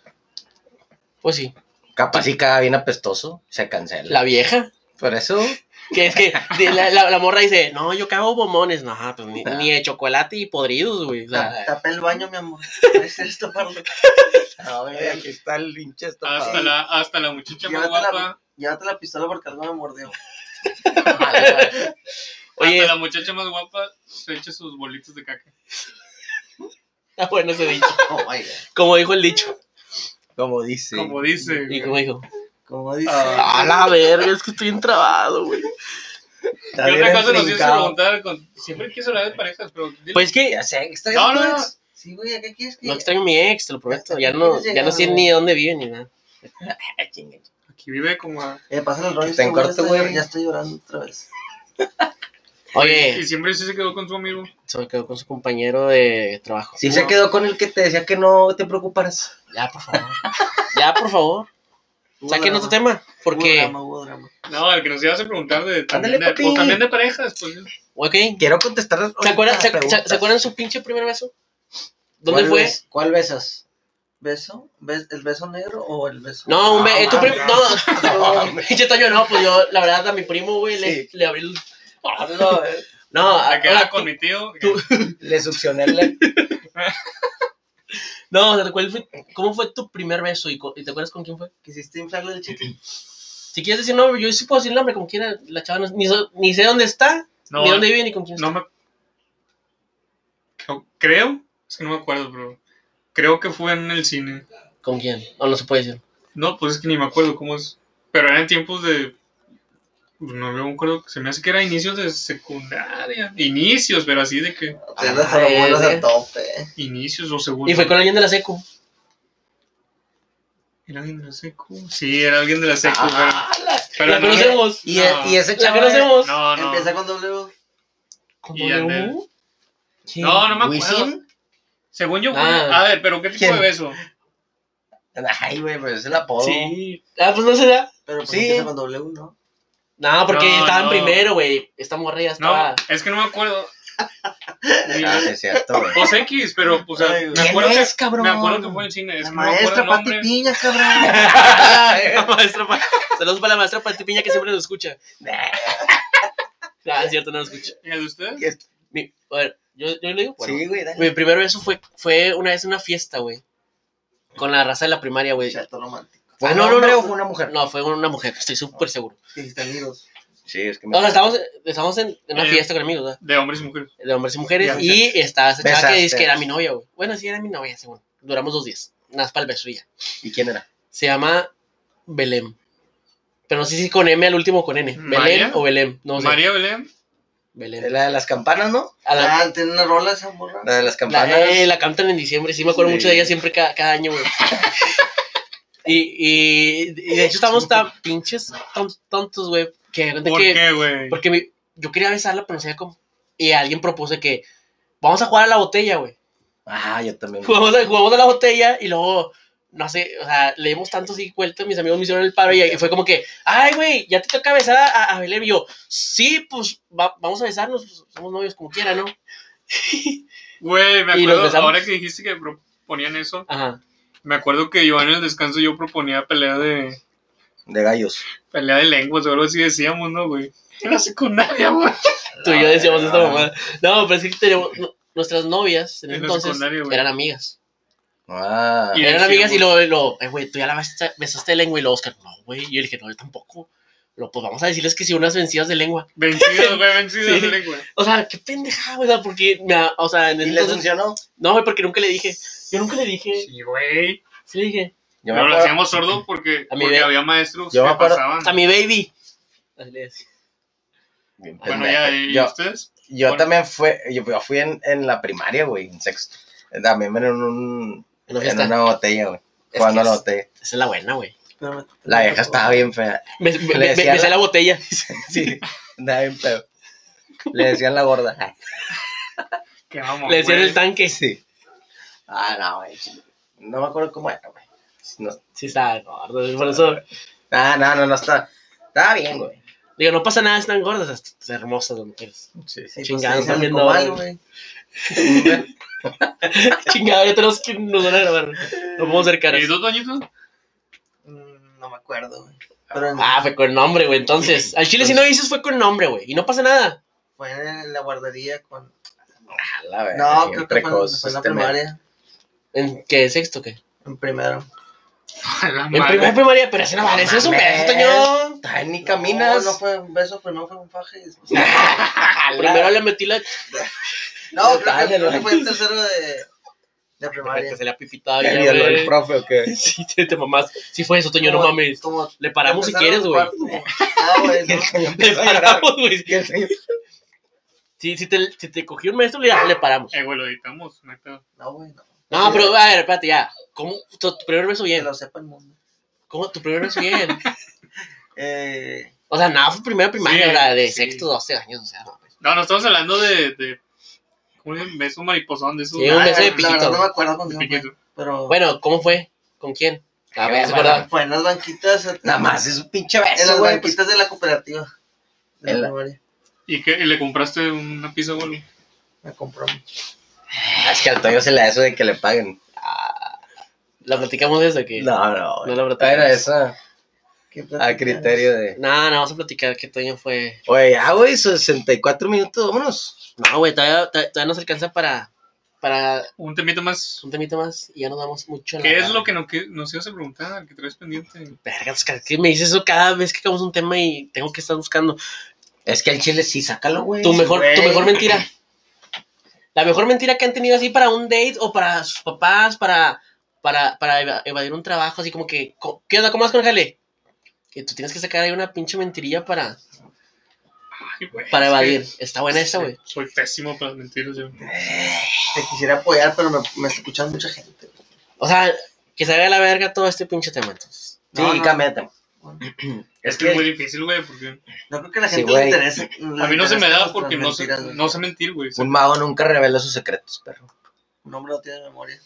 S1: pues sí,
S3: Capaz si caga bien apestoso, se cancela.
S1: la vieja.
S3: Por eso.
S1: Que es que de la, la- la morra dice, no, yo cago bombones. No, pues ni,
S3: Ah.
S1: ni de chocolate y podridos, güey. O
S4: Ta-
S1: sea,
S4: Tapé el baño, mi amor. Es esto, Pablo.
S3: No, güey, aquí está el hinche
S2: Hasta
S3: estofado.
S2: la, hasta la muchacha más
S4: Llévatela.
S2: guapa.
S4: Llévate la pistola porque algo me mordió.
S1: eh, oye,
S2: Hasta la muchacha más guapa se echa sus bolitas de caca.
S1: está bueno ese dicho.
S4: Oh, my God.
S1: Como dijo el dicho.
S3: Como dice.
S2: Como dice.
S1: Y
S2: güey.
S1: como dijo,
S4: Como dice.
S2: Ah.
S1: A la verga, es que estoy entrabado, güey.
S3: Está
S2: ¿Qué
S3: bien
S2: otra cosa nos hizo
S3: intrincado.
S2: preguntar? Con... Siempre quiso hablar de parejas, pero... dile-
S1: Pues que
S3: Ya sé, está
S2: No,
S3: bien,
S2: no,
S3: pues.
S4: Sí, güey, ¿a qué quieres que
S1: no extraño a mi ex, te lo prometo. Ya no, ya no sé ni dónde vive ni nada.
S3: Ah, chingue.
S2: Aquí vive como a-
S4: Eh, pásale el rollo.
S3: Que te
S4: este güey,
S3: encorte,
S4: ya estoy-
S3: güey.
S4: Ya estoy llorando otra vez.
S2: Y
S1: Oye,
S2: siempre sí se quedó con su amigo.
S1: se quedó con su compañero de trabajo.
S3: Sí se quedó con el que te decía que no te preocuparas.
S1: Ya, por favor. Ya, por favor.
S4: Hubo
S1: Saquen
S4: drama,
S1: otro tema.
S4: Hubo
S1: Porque,
S4: drama, hubo drama.
S2: No, el que nos ibas a preguntar de... También
S3: Ándale,
S2: de
S3: papi.
S2: o también de parejas, pues.
S1: ok.
S3: Quiero contestar las
S1: ¿Se acuerdan,
S3: las
S1: se,
S3: preguntas.
S1: se- ¿se acuerdan su pinche primer beso? ¿Dónde
S3: ¿Cuál
S1: fue?
S3: bes- ¿Cuál besas?
S4: ¿Beso? ¿Bes- ¿El beso negro o el beso? Ah,
S1: No,
S2: Ah,
S1: un
S2: eh,
S1: beso.
S3: No,
S1: tu prim-
S2: mames.
S1: No, no, pinche Toño, no, pues yo, la verdad, a mi primo, güey, le,
S3: Sí.
S1: le abrí el.
S4: ah, eh,
S1: No, a-
S2: La que era
S1: ahora
S2: con
S1: tú-
S2: mi tío.
S1: Ah, tú-
S3: Le succioné el...
S1: No, o sea, ¿cuál fue- ¿cómo fue tu primer beso? ¿Y, co- y te acuerdas con quién fue?
S4: ¿Quisiste inflarle el chicle?
S1: Si quieres decir nombre, yo sí puedo decir nombre, como quiera. La chava no, ni, so- ni sé dónde está,
S2: No,
S1: ni dónde vive, ni con quién está.
S2: no me... Creo. Es que no me acuerdo, pero... Creo que fue en el cine.
S1: ¿Con quién? No, no se puede decir.
S2: No, pues es que ni me acuerdo cómo es. Pero eran tiempos de. pues, No me acuerdo. Se me hace que era inicios de secundaria. Inicios, pero así de que.
S4: Te das a los buenos
S1: verga.
S4: a tope.
S2: Inicios o segundos.
S1: Y fue con alguien de la secu.
S2: ¿Era alguien de la secu? Sí, era alguien de la secu. pero
S1: Ah, la
S2: pero no, era-
S1: conocemos.
S3: Y, e-
S2: No.
S3: y ese
S1: La
S3: chaval...
S1: conocemos.
S2: no, no.
S4: Empieza con W.
S1: ¿Con
S2: Y Andel.
S1: W? ¿Quién?
S2: No, no me acuerdo.
S3: ¿Wisin?
S2: Según yo, fue-
S1: Ah.
S2: a ver, pero ¿qué tipo
S3: ¿Quién?
S2: de beso?
S3: Ay, güey, pero es el apodo.
S1: Sí. Ah, pues no se da.
S4: Pero pues
S3: Sí.
S4: empieza con W, ¿no?
S1: No, porque
S2: No,
S1: estaban
S2: no.
S1: primero, güey. Esta morra ya
S2: No,
S1: estaba.
S2: es que no me acuerdo. Ni-
S3: Ah, sí, es cierto, güey.
S2: Pues X, pero, o sea,
S4: Ay,
S2: me
S4: ¿quién
S2: acuerdo, que,
S3: es, cabrón?
S2: me acuerdo que fue en el cine. Es
S4: La
S2: que no me acuerdo
S4: maestra
S2: el
S4: Pati
S2: nombre.
S4: Piña, cabrón.
S1: La maestra Pa- Saludos para la maestra Pati Piña que siempre nos escucha. Ah, es cierto, no nos escucha.
S2: ¿Y el de usted?
S1: Mi- a ver, yo, yo le digo. bueno.
S3: Sí, güey, dale.
S1: Mi primer beso fue, fue una vez en una fiesta, güey. Con la raza de la primaria, güey.
S4: Chato romántico.
S3: ¿Fue
S1: Ah,
S3: un
S1: no, no,
S3: hombre
S1: no.
S3: o fue una mujer? Ah,
S1: No, fue una mujer, estoy súper seguro.
S4: Dijiste amigos.
S3: Sí, es que me...
S1: O sea, estábamos, estábamos en en una
S2: Eh.
S1: fiesta con amigos, ¿verdad?
S2: De hombres y mujeres.
S1: De hombres y mujeres.
S2: Ya,
S1: Y estaba esa chava que
S3: Besaste.
S1: dice que era mi novia, güey. Bueno, sí, era mi novia, según. Duramos dos días. Nada más para el beso y ya.
S3: ¿Y quién era?
S1: Se llama Belém. Pero no sé si con M al último con N.
S2: María.
S1: ¿Belén o Belém? No sé.
S2: María Belén.
S3: Es
S1: Belén.
S3: la de las campanas, ¿no?
S1: A la-
S4: Ah, tiene una rola esa morra.
S3: La de las
S1: La,
S3: campanas.
S1: eh, la cantan en diciembre, sí me acuerdo
S3: Sí.
S1: mucho de ella siempre ca- cada, año, güey. Y, y- y de hecho estamos tan pinches ton- tontos, güey. Que, de cuenta
S2: ¿Por
S1: que-
S2: qué, güey?
S1: Porque mi- yo quería besarla, pero no sabía cómo. Y alguien propuso que vamos a jugar a la botella, güey.
S3: Ah, yo también.
S1: Jugamos a, jugamos a la botella y luego, no sé, o sea, le dimos tantos y vueltas, mis amigos me hicieron el paro y, y fue como que, ay, güey, ya te toca besar a, a, a Belén". Y yo, sí, pues va- vamos a besarnos, pues, somos novios como quiera, ¿no?
S2: Güey, me
S1: Y nos
S2: acuerdo,
S1: besamos.
S2: ahora que dijiste que proponían eso,
S1: Ajá.
S2: me acuerdo que yo en el descanso yo proponía pelea de
S3: De gallos.
S2: pelea de lenguas o algo así decíamos, ¿no, güey? En la secundaria, güey.
S1: Tú y yo decíamos esta
S3: Ah.
S1: mamada. No, pero es que tenemos- nu- nuestras novias en
S2: En la
S1: entonces
S2: secundaria, güey.
S1: eran amigas.
S3: Ah.
S2: Y-
S1: eran
S2: decíamos-
S1: amigas y luego, luego, eh, güey, tú ya la besaste, besaste de lengua y luego Oscar, no, güey. Y yo le dije, no, yo tampoco. Lo, pues vamos a decirles que sí, unas vencidas de lengua.
S2: Vencidos, güey, vencidos
S1: Sí.
S2: de lengua.
S1: O sea, qué pendejada, güey, o sea, porque, me ha- o sea, en
S3: ¿Y
S1: ese
S3: les
S1: entonces.
S3: funcionó?
S1: No, güey, porque nunca le dije. Yo nunca le dije.
S2: Sí, güey.
S1: Sí le dije.
S3: Yo me
S2: Pero lo
S3: acuerdo-
S2: hacíamos sordo porque,
S1: A mi
S2: porque
S1: be-
S2: había maestros
S3: Yo me
S2: que
S3: acuerdo-
S2: pasaban.
S1: A mi baby. Así le decía.
S3: Bien
S2: Bueno,
S3: pendejo.
S2: ya, ¿y
S3: Yo,
S2: ustedes?
S3: yo
S2: bueno.
S3: también fue, yo, yo fui en, en la primaria, güey, en sexto. También me dieron un,
S1: En la
S3: en
S1: fiesta.
S3: una botella, güey.
S1: Es que
S3: Jugando a la
S1: es-
S3: botella.
S1: Esa es la buena, güey.
S4: Espérame.
S3: La vieja estaba bien fea.
S1: Me, me, me-
S3: decía
S1: besé la
S3: la-
S1: botella.
S3: Sí, andaba bien feo. Le decían la gorda.
S2: Que vamos,
S1: Le decía en el
S2: güey.
S1: tanque.
S3: Sí. Ah, no, güey. chile. No me acuerdo cómo era, güey. No,
S1: Sí, está gordo. Por eso.
S3: ah, no, no, no está. Estaba bien, güey.
S1: Digo, no pasa nada, están gordas, están hermosas las mujeres.
S3: Sí, sí.
S4: Sí, pues,
S1: Chingado,
S4: te dicen
S1: también
S4: el
S1: no,
S4: comal,
S1: güey.
S4: güey.
S1: Chingada, ya tenemos que nos van a grabar. Nos podemos hacer caras.
S2: ¿Y dos doñitos?
S4: Mm, No me acuerdo, güey. Pero en-
S1: Ah, fue con nombre, güey. Entonces, al chile si no dices fue con nombre, güey. Y no pasa nada.
S4: fue en la guardería con.
S3: A la verga,
S4: No,
S3: bien
S4: creo que fue,
S3: precoz
S4: fue en la
S3: este men.
S4: primaria.
S1: ¿En qué? ¿Sexto qué?
S4: En primero.
S2: A la
S1: En
S2: madre.
S1: primera primaria, pero ese no vale, ese es un beso, Toño.
S3: Ay, ni caminas.
S4: No, no fue un beso, primero fue un faje. y después-
S1: Primero le metí la
S4: No, creo que,
S3: Dale,
S4: creo que
S3: güey.
S4: fue en tercero de, de primaria.
S1: que se le ha pipitado
S3: Te
S1: ya,
S3: violó el
S1: güey.
S3: profe o qué?
S1: Sí, te, te mamás. Sí fue eso, Toño, no
S4: Como-
S1: mames.
S4: como-
S1: Le paramos si
S4: tercero
S1: quieres,
S4: de
S1: güey.
S4: cuarto, Ah, güey,
S3: Y
S4: no.
S3: el señor
S1: Le
S3: empezó a llorar.
S1: paramos, güey.
S3: Y el señor-
S1: Sí, si te, si te cogió un maestro, le, le paramos.
S2: Eh, güey, lo editamos. no hay pedo.
S4: No, güey, no.
S1: No, pero a ver, espérate, ya. ¿Cómo? Tu, tu primer beso
S4: Que
S1: bien.
S4: lo sepa el mundo.
S1: ¿Cómo? Tu primer beso bien.
S4: Eh,
S1: O sea, nada, fue primera primaria,
S2: Sí,
S1: ¿verdad? De
S2: sí.
S1: sexto, 12 años, o sea, no. pues.
S2: No, no estamos hablando de. de ¿Cómo le dicen? beso mariposón de esos.
S1: Sí, un
S2: Ay,
S1: beso de
S2: ay,
S4: ah, la
S1: piquito.
S4: verdad no me acuerdo con
S2: de
S4: quién fue,
S2: piquito.
S4: Pero
S1: Bueno, ¿cómo fue? ¿Con quién? A
S3: Qué
S1: ver, ¿se
S3: bueno.
S1: acuerdan?
S4: fue en las banquitas. en-
S3: Nada más, es un pinche
S4: En
S3: beso,
S4: las
S3: güey. pues.
S4: banquitas de la cooperativa. De
S3: En
S4: la
S3: la-
S4: primaria.
S2: ¿Y, qué? ¿Y le compraste una pizza, güey?
S4: Me compró.
S3: Es que al Toño se le da eso de que le paguen.
S1: ¿La platicamos desde que? No.
S3: No, no. güey.
S1: No lo
S3: Pero
S1: platicas.
S3: eso
S4: ¿Qué
S3: a
S4: platicas?
S3: criterio de.
S1: no, vamos a platicar que Toño fue.
S3: Oye, ya, güey, 64 minutos, vámonos.
S1: No, güey, todavía, ta- todavía nos alcanza para, para
S2: Un temito más.
S1: un temita más y ya nos damos mucho. a la
S2: ¿Qué es
S1: verga.
S2: lo que nos, que nos ibas a preguntar? que traes pendiente?
S1: Verga, Oscar, que me dices eso cada vez que acabamos un tema y tengo que estar buscando.
S3: Es que al chile sí, sácalo, güey.
S1: Tu mejor, tu
S3: güey.
S1: mejor mentira. La mejor mentira que han tenido así para un date o para sus papás, para, para, para eva- evadir un trabajo, así como que, co- ¿qué onda? ¿Cómo vas con el jale? Que tú tienes que sacar ahí una pinche mentirilla para,
S2: Ay, güey,
S1: para
S2: es
S1: evadir.
S2: que
S1: Está buena esa, güey.
S2: Soy pésimo para las mentiras, yo.
S4: Te quisiera apoyar, pero me, me está escuchando mucha gente.
S1: O sea, que salga a la verga todo este pinche tema, entonces.
S3: Sí,
S4: No, no.
S3: cámbiate.
S4: Bueno,
S2: Es que es muy difícil, güey, porque
S4: No creo que a la
S3: Sí,
S4: gente
S3: güey.
S4: le interese. le
S2: a mí no se me
S4: interesen
S2: da
S4: nuestras
S2: porque no sé,
S4: mentiras, güey.
S2: no sé mentir, güey.
S3: Un mago nunca revela sus secretos, perro.
S4: Un hombre no tiene memoria.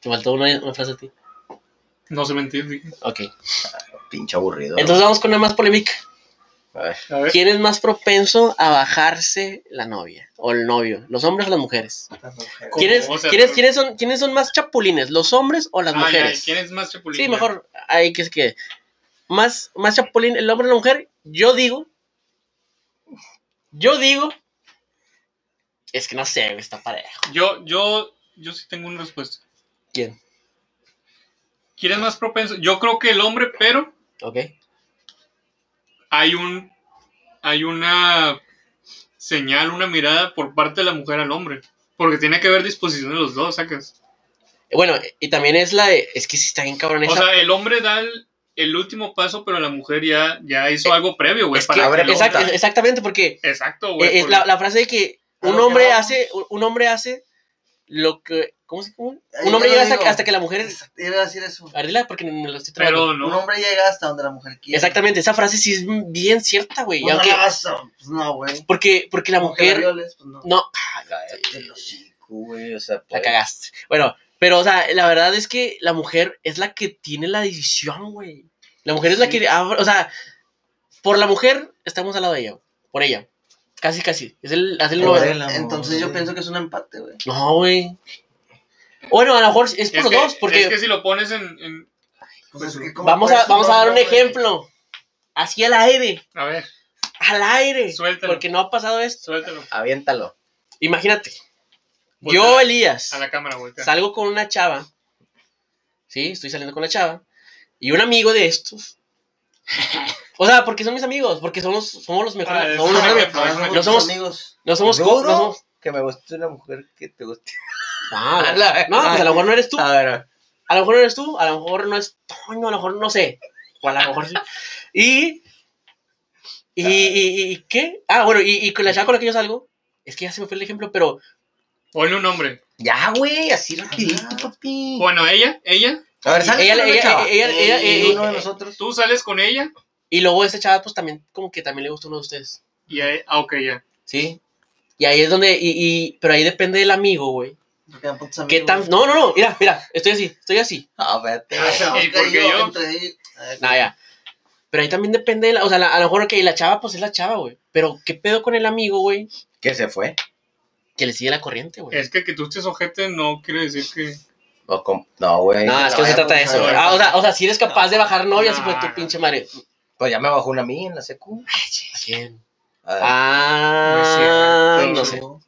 S1: Te faltó una, una frase a ti.
S2: No sé mentir, dije.
S1: Ok.
S3: Pinche aburrido.
S1: Entonces vamos con una más polémica.
S3: A ver,
S2: A ver.
S1: ¿Quién es más propenso a bajarse la novia o el novio? ¿Los hombres o las mujeres?
S4: las mujeres.
S2: ¿Cómo?
S1: ¿Quiénes,
S2: O sea, Ah,
S1: quiénes-
S2: pero-
S1: quiénes son, ¿Quiénes son más chapulines, los hombres o las
S2: Ay,
S1: mujeres?
S2: ay, ¿Quién es más chapulín?
S1: Sí, mejor ahí que es que más, más chapulín el hombre o la mujer. Yo digo, yo digo, es que no sé, güey, está parejo.
S2: Yo, yo, yo sí tengo una respuesta.
S1: ¿Quién?
S2: ¿Quién es más propenso? Yo creo que el hombre, pero
S1: ¿Ok?
S2: hay un. Hay una señal, una mirada por parte de la mujer al hombre. Porque tiene que haber disposición de los dos, sacas.
S1: Bueno, y también es la de, es que si está bien cabrón
S2: O
S1: esa.
S2: sea, el hombre da el, el último paso, pero la mujer ya, ya hizo algo previo, güey.
S1: Eh, Es
S2: para
S1: que-
S3: abre
S2: lo-
S1: exact- exactamente, porque
S2: Exacto, güey. Ah,
S1: Eh, eh,
S2: porque-
S1: la, la frase de que
S4: A
S1: un
S4: lo que
S1: hombre
S4: vamos.
S1: hace un hombre hace lo que ¿cómo se cómo?
S4: Ahí
S1: un hombre
S4: ya lo
S1: llega hasta,
S4: digo.
S1: hasta que la mujer
S4: Te iba a decir eso.
S1: Ardila porque me lo estoy trabando.
S2: pero
S4: Un
S2: no.
S4: hombre llega hasta donde la mujer quiere.
S1: Exactamente, esa frase sí es bien cierta, güey,
S4: Un
S1: aunque-
S4: regazo. Pues no, güey.
S1: porque porque la
S4: Aunque la
S1: mujer
S4: violes, pues no.
S1: no ah,
S3: Cállate el hocico, güey, o sea,
S1: la
S3: pues,
S1: cagaste. Bueno, pero o sea, la verdad es que la mujer es la que tiene la decisión, güey. La mujer es la
S4: Sí.
S1: que abre- o sea, por la mujer estamos al lado de ella, por ella. Casi casi, es el hace el
S3: Por
S1: noventa-
S3: él. el amor,
S4: Pues, Entonces yo
S3: güey.
S4: pienso que es un empate, güey.
S1: No, güey. Bueno, a lo mejor es por
S2: Es
S1: los
S2: que,
S1: dos, porque
S2: es que si lo pones en. en-
S4: Pues es que ¿cómo
S1: Vamos
S4: puedes
S1: a, vamos a dar un
S4: juzgarlo, güey?
S1: ejemplo. Así al aire.
S2: a ver,
S1: Al aire.
S2: suéltalo.
S1: Porque no ha pasado esto.
S2: Suéltalo.
S3: aviéntalo.
S1: Imagínate.
S2: Voltea
S1: Yo,
S2: a la-
S1: Elías,
S2: A la cámara, güey. acá.
S1: salgo con una chava. Sí, estoy saliendo con la chava. Y un amigo de estos. O sea, porque son mis amigos, porque somos, somos los
S2: Ah,
S1: mejores.
S2: es
S1: somos
S2: un
S1: los mejores.
S2: ejemplo, es un
S1: No
S4: Nosotros
S1: somos-
S4: amigos.
S1: no somos. co-
S3: Duro
S1: no somos-
S3: que me guste una mujer que te guste.
S2: Ah,
S1: No, no, pues a lo mejor no eres tú.
S3: A ver,
S1: A lo mejor no eres tú, a lo mejor no es Toño, a lo mejor no sé. O a lo mejor sí. Y. ¿Y,
S2: Ah.
S1: y, y- y qué? Ah, bueno, y, y con la chava con la que yo salgo, es que ya se me fue el ejemplo, pero
S2: Ponle un nombre.
S3: ya, güey, así rapidito, papi.
S2: Bueno, ella, ella.
S3: A ver, sale
S1: ella,
S3: con una
S1: ella-
S3: chava.
S1: ella- ella-
S3: Y
S1: ella-
S3: uno de
S1: ella-
S3: nosotros.
S2: Tú sales con ella.
S1: y luego esa chava, pues también, como que también le gusta uno de ustedes,
S2: Y ahí, ah, ok, ya.
S1: ¿sí? Y ahí es donde, y, y- pero ahí depende del amigo, güey.
S4: Porque eran putos
S1: ¿Qué
S4: amigos,
S1: tan?
S4: güey.
S1: No, no, no, mira, mira, estoy así, estoy así.
S3: Ah, vete.
S4: Ah, se
S2: ¿Y
S4: busca
S2: por qué
S4: yo
S2: yo?
S4: entre ahí. A ver,
S1: Nada, ya. Pero ahí también depende, de la- o sea, la- a lo mejor, ok, la chava, pues es la chava, güey. Pero, ¿qué pedo con el amigo, güey?
S3: Que se fue.
S1: Que le sigue la corriente, güey.
S2: Es que que tú estés ojete no quiere decir que.
S3: O com- No, pues, güey.
S1: No, es que no se
S4: vaya
S1: trata de
S4: por
S1: eso, güey.
S2: favor.
S1: Ah, o sea, o sea, si eres capaz de bajar novias,
S2: No,
S1: hijo de tu
S2: no.
S1: pinche madre.
S3: Pues ya me bajó una a mí en la secu.
S1: ¿A quién?
S3: A ver,
S1: Ah,
S2: No
S1: no
S2: es
S1: sé.
S2: cierto.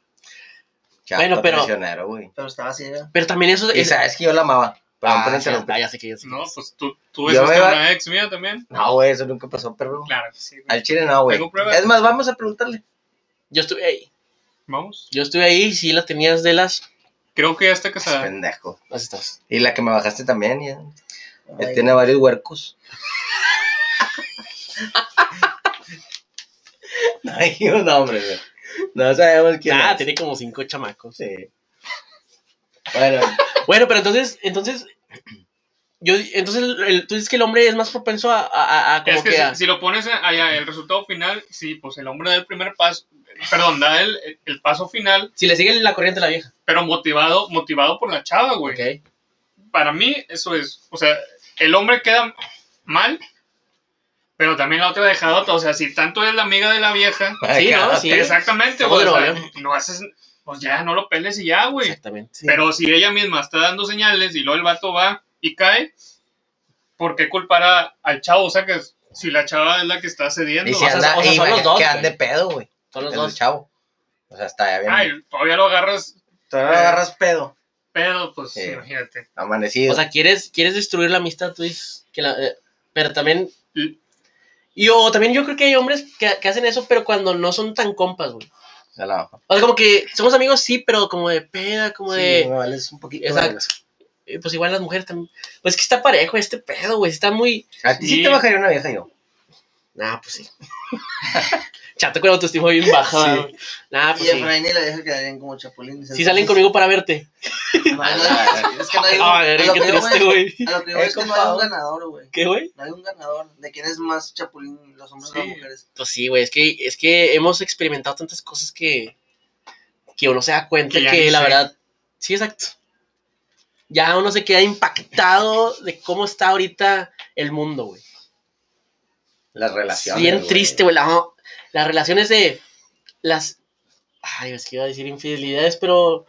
S3: chapa,
S1: bueno, pero-
S3: prisionero, güey.
S4: Pero estaba ciega.
S1: Pero también eso
S3: Y
S1: es.
S3: sabes que yo la amaba. Perdón
S1: Ah,
S3: por
S1: sí, ah,
S3: interrumpir.
S1: ya sé que ya sé que-
S2: No, pues tú, tú
S3: Yo
S2: besaste
S3: me
S2: a
S3: va-
S2: una ex mía también.
S3: No, güey, eso nunca pasó, pero
S2: Claro que sí, güey.
S3: Al chile no, güey.
S2: Tengo pruebas.
S3: Es más, vamos a preguntarle.
S1: Yo estuve ahí.
S2: Vamos.
S1: Yo estuve ahí y sí la tenías de las.
S2: Creo que ya está casada.
S3: Pendejo.
S1: Las estás.
S3: Y la que me bajaste también, ya. Ya
S4: Ay,
S3: tiene varios huercos. no hay un nombre, güey. No sabemos quién
S1: Ah,
S3: es.
S1: tiene como cinco chamacos.
S3: Sí. Bueno,
S1: Bueno, pero entonces, entonces. Yo, entonces, el- tú dices que el hombre es más propenso a, a, a- a como
S2: Es que
S1: que a-
S2: si, si lo pones allá, el resultado final, sí, pues el hombre da el primer paso. Perdón, da el, el paso final,
S1: si le sigue la corriente a la vieja.
S2: pero motivado, motivado por la chava, güey.
S1: Ok.
S2: Para mí, eso es. O sea, el hombre queda mal, pero también la otra dejadota. O sea, si tanto es la amiga de la vieja.
S1: Sí, ¿no? Sí.
S2: Exactamente,
S1: Estamos
S2: güey. o
S1: de
S2: sea,
S1: Nuevo
S2: no haces. Pues ya, no lo peles y ya, güey.
S1: Exactamente.
S4: sí.
S2: Pero si ella misma está dando señales y luego el vato va y cae, ¿por qué culpar a- al chavo? O sea, que si la chava es la que está cediendo.
S3: Y si
S1: o sea,
S3: anda,
S1: o sea,
S3: y
S1: son los
S3: imagina-
S1: dos,
S3: que
S1: güey.
S3: ande pedo, güey.
S1: Son los
S3: El
S1: dos.
S3: chavo. O sea, está ya bien.
S2: Ay, todavía lo agarras
S3: Todavía no agarras pedo.
S2: pedo, pues
S3: Sí.
S2: imagínate.
S3: Amanecido.
S1: O sea, quieres, quieres destruir la amistad, tú dices. Que la, eh, pero también.
S2: Y-
S1: Y o también yo creo que hay hombres que, que hacen eso, pero cuando no son tan compas, güey.
S3: Se la bajo.
S1: O sea, como que somos amigos, sí, pero como de peda, como
S3: Sí,
S1: de.
S3: me vales un poquito.
S1: Exacto. eh, Pues igual las mujeres también. Pues es que está parejo este pedo, güey. Está muy.
S3: A ti sí,
S2: Sí.
S3: te bajaría una vieja yo.
S1: Nah, pues sí. Chato con la autoestima bien baja. güey. Nah,
S4: Y
S1: pues sí.
S4: Efraín y la vieja quedarían como chapulines.
S1: Si salen
S4: entonces-
S1: conmigo para verte.
S4: No, no, es que no hay un-
S1: Ah,
S4: a
S1: ver,
S4: lo
S1: qué
S4: que yo voy-
S1: triste, güey.
S4: A lo que yo
S3: Eh,
S4: voy es que no hay un
S3: compadre.
S4: ganador, güey.
S1: ¿Qué, güey?
S4: No hay un ganador. ¿De quién es más chapulín, los hombres o las
S2: Sí.
S4: mujeres?
S1: Pues sí, güey. Es que, es que hemos experimentado tantas cosas que. que uno se da cuenta
S2: Que
S1: que,
S2: ya ni
S1: la
S2: sé.
S1: verdad. Sí, exacto. Ya uno se queda impactado de cómo está ahorita el mundo, güey.
S3: Las relaciones.
S1: Bien
S3: güey.
S1: triste, güey. La- las relaciones de. Las. Ay, es que iba a decir infidelidades, pero.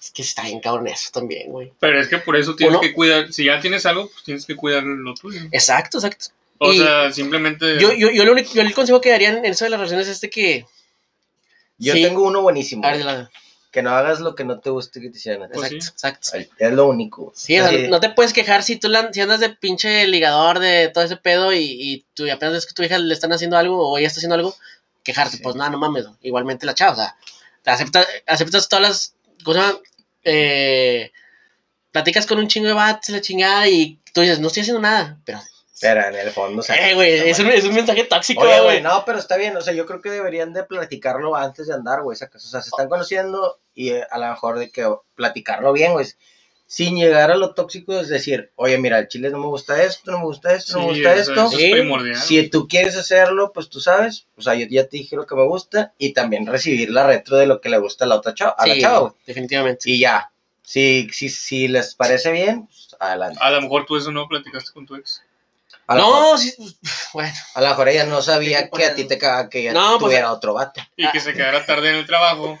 S1: Es que está bien cabrón eso también, güey.
S2: Pero es que por eso tienes
S1: Uno-
S2: que cuidar. Si ya tienes algo, pues tienes que cuidar lo tuyo.
S1: Exacto, exacto.
S2: O
S1: Y-
S2: sea,
S3: Eh.
S2: simplemente.
S1: Yo, yo, yo, lo único- yo el consejo que daría en eso de las relaciones es este que.
S3: Yo
S1: Sí.
S3: tengo uno buenísimo.
S1: A ver, la-
S3: Que no hagas lo que no te guste que te hicieran. a ti.
S2: Pues
S1: exacto,
S2: sí.
S1: exacto.
S3: Ay, Es lo único.
S1: Sí, o sea,
S3: Así,
S1: no te puedes quejar si tú la- si andas de pinche ligador de todo ese pedo y, y tú y apenas ves que tu hija le están haciendo algo o ella está haciendo algo, quejarte,
S3: Sí.
S1: pues nada, no mames, ¿no? igualmente la chava, o sea, te acepta- aceptas todas las cosas, Eh, platicas con un chingo de vatos, y la chingada y tú dices, no estoy haciendo nada, pero
S3: Pero en el fondo, o sea,
S1: Eh, güey, es un, es un mensaje tóxico,
S3: Oye,
S1: güey.
S3: güey, no, pero está bien, o sea, yo creo que deberían de platicarlo antes de andar, güey, sacas, o sea, se están conociendo y eh, a lo mejor de que o, platicarlo bien, güey, sin llegar a lo tóxico, es decir, oye, mira, el chile no me gusta esto, no me gusta esto, no me
S2: Sí,
S3: gusta
S2: eso-
S3: esto,
S2: eso
S1: Sí.
S2: es primordial.
S3: si tú quieres hacerlo, pues tú sabes, o sea, yo ya te dije lo que me gusta y también recibir la retro de lo que le gusta a la otra chava, a la
S1: Sí,
S3: chava, güey,
S1: definitivamente.
S3: y ya, si, si, si les parece bien, pues, adelante.
S2: A lo mejor tú eso no platicaste con tu ex.
S3: A lo, mejor,
S1: No, sí, pues, bueno,
S3: a lo mejor ella no sabía
S4: Sí,
S3: que a ti te cagaba que ella
S1: No, pues,
S3: tuviera otro vato.
S2: Y
S1: Ah.
S2: que se quedara tarde en el trabajo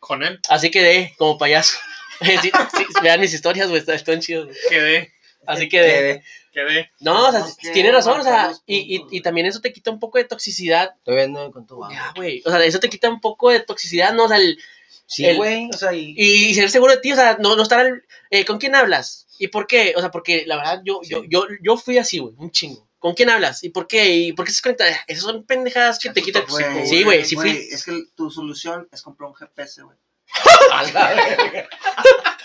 S2: con él.
S1: así quedé como payaso. Sí, sí, vean mis historias, güey, está- están chidos. güey.
S2: Quedé,
S1: Así quedé.
S2: quedé.
S1: No, o sea,
S4: Tenemos que
S1: tiene razón, o sea,
S4: marcar los
S1: y, y,
S4: puntos,
S1: y
S4: güey.
S1: también eso te quita un poco de toxicidad,
S3: Estoy viendo con tu vato.
S1: ya, güey, o sea, eso te quita un poco de toxicidad, ¿no? O sea, el-
S3: Sí,
S1: El-
S3: güey, o sea, y...
S1: y, y ser seguro de ti, o sea, no, no estar, al- eh, ¿con quién hablas? ¿Y por qué? O sea, porque la verdad, yo, yo, yo, yo fui así, güey, un chingo. ¿Con quién hablas? ¿Y por qué? ¿Y por qué se conecta? Esas son pendejadas que te quitan.
S2: tóxico, güey.
S1: Sí, güey, sí fui.
S4: Es que tu solución es comprar un GPS, güey.
S3: A la verga.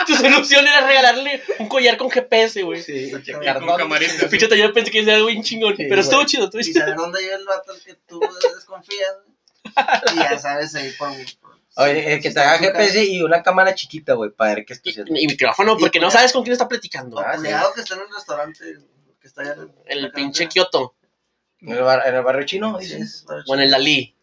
S1: Tu solución era regalarle un collar con GPS, güey.
S3: Sí,
S4: Y con
S3: cartón.
S2: camarita.
S1: Pichota, yo pensé que era algo bien chingón,
S3: Sí,
S1: pero estuvo
S3: güey.
S1: chido, estuvo
S4: Y
S1: chido.
S4: saber dónde llega el vato al que tú desconfías, güey. Y ya sabes ahí por... por-
S3: Oye, el que te haga
S4: si está en tu
S3: GPS y una cámara chiquita, güey, para ver qué está haciendo.
S1: Y, y Pues, micrófono,
S4: Y
S1: porque no
S4: con-
S1: sabes con quién está platicando.
S4: casa,
S3: Ah,
S4: O
S3: sí.
S4: pegado que está en el restaurante, que está allá en- en
S1: El
S4: la
S1: pinche
S4: carretera.
S1: Kioto,
S3: ¿En el, bar- en el barrio chino,
S4: Sí,
S3: dices?
S4: es para
S1: o en el Dalí,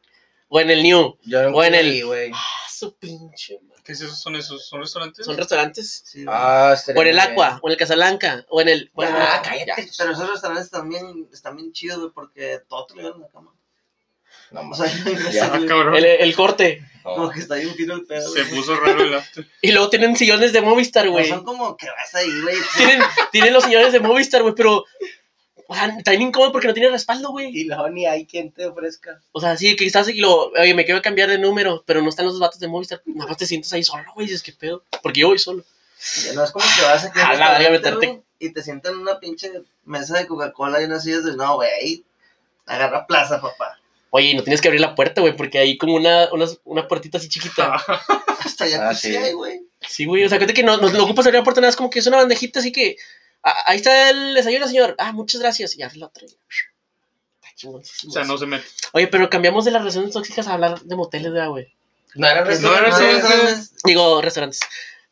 S1: o en el New.
S3: Yo no
S1: O en
S3: fui,
S1: el-
S3: güey.
S1: Ah, su pinche madre.
S2: ¿Qué es eso? ¿Son esos? ¿Son restaurantes? Ah,
S1: Son restaurantes.
S4: Sí, güey.
S3: Ah, estaría
S1: O en el
S3: muy
S1: Aqua,
S3: bien.
S1: o en el Casablanca, o en el. bueno,
S4: Ah,
S1: no,
S3: cállate.
S4: Pero esos restaurantes también están bien chidos, güey, porque todo te lo llevan en la cama.
S3: No,
S4: O
S3: más.
S4: sea,
S2: Ah,
S4: no
S1: ya. El,
S2: cabrón.
S1: el corte.
S4: como que está bien tiro el pedo.
S2: Se
S4: güey.
S2: puso raro el after.
S1: Y luego tienen sillones de Movistar,
S4: Pero
S1: güey.
S4: Son como que vas ahí, güey.
S1: Tienen, tienen los sillones de Movistar, güey, pero. O sea, también incómodo porque no tiene respaldo, güey.
S3: Y luego ni hay quien te ofrezca.
S1: O sea, sí, que estás y lo. Oye, me quiero cambiar de número, pero no están los vatos de Movistar. Nada más te sientas ahí solo, güey. Dices, qué pedo. Porque yo voy solo.
S4: No es como que vas aquí
S1: A
S4: a
S1: la verga, meterte.
S4: Y te sientan en una pinche mesa de Coca-Cola y unas sillas de no, güey, ahí agarra plaza, papá.
S1: Oye, y no tienes que abrir la puerta, güey, porque hay como una, una, una puertita así chiquita.
S4: Hasta allá
S3: Ah,
S4: que sí
S3: sí.
S4: hay, güey.
S1: Sí, güey, o sea, cuenta que no, no, no ocupas abrir la puerta, nada, es como que es una bandejita, así que ah, ahí está el desayuno, señor. Ah, muchas gracias. Y abre la otra. y- Está chingoncísimo
S2: O sea,
S1: eso.
S2: no se mete.
S1: Oye, pero cambiamos de las relaciones tóxicas a hablar de moteles, ¿verdad, güey.
S3: No era
S2: No era
S4: Pues No,
S2: restaurante.
S4: restaurantes.
S1: Digo, restaurantes.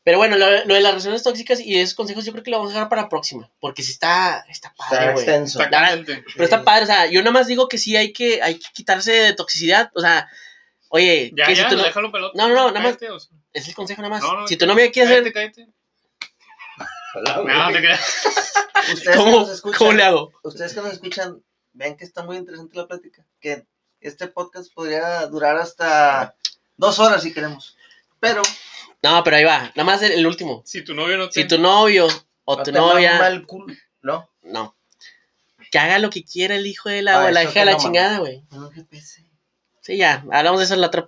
S1: Pero bueno, lo, lo de las relaciones tóxicas y esos consejos yo creo que lo vamos a dejar para la próxima, porque sí está, está
S3: Está
S1: padre, güey.
S3: extenso.
S2: Está caliente.
S1: Pero está padre, o sea, yo nada más digo que sí hay que, hay que quitarse de toxicidad, o sea, oye,
S2: Ya,
S1: que
S2: ya,
S1: si tú no-
S2: déjalo pelota.
S1: No, no, no, nada más-
S2: Cállate, o sea,
S1: es el consejo nada más.
S2: No, no,
S1: si tú no me quieres
S2: cállate,
S1: hacer,
S2: cállate.
S3: Hola, güey.
S2: No, te creas.
S4: Ustedes que
S1: ¿cómo,
S4: nos escuchan,
S1: ¿cómo le hago?
S4: ustedes que nos escuchan, vean que está muy interesante la plática. Que este podcast podría durar hasta dos horas si queremos. Pero
S1: No, pero ahí va, nada más el, el último.
S2: Si tu novio no te...
S1: Si tu novio o
S3: No
S1: tu
S3: te mama
S1: novia,
S3: el culo, ¿no?
S1: no, que haga lo que quiera el hijo de la
S3: Ah,
S1: o la
S3: eso
S1: hija de
S3: que
S1: la
S3: no mama.
S1: chingada, güey.
S4: No, GPS.
S1: Sí, ya, hablamos de eso en la otra,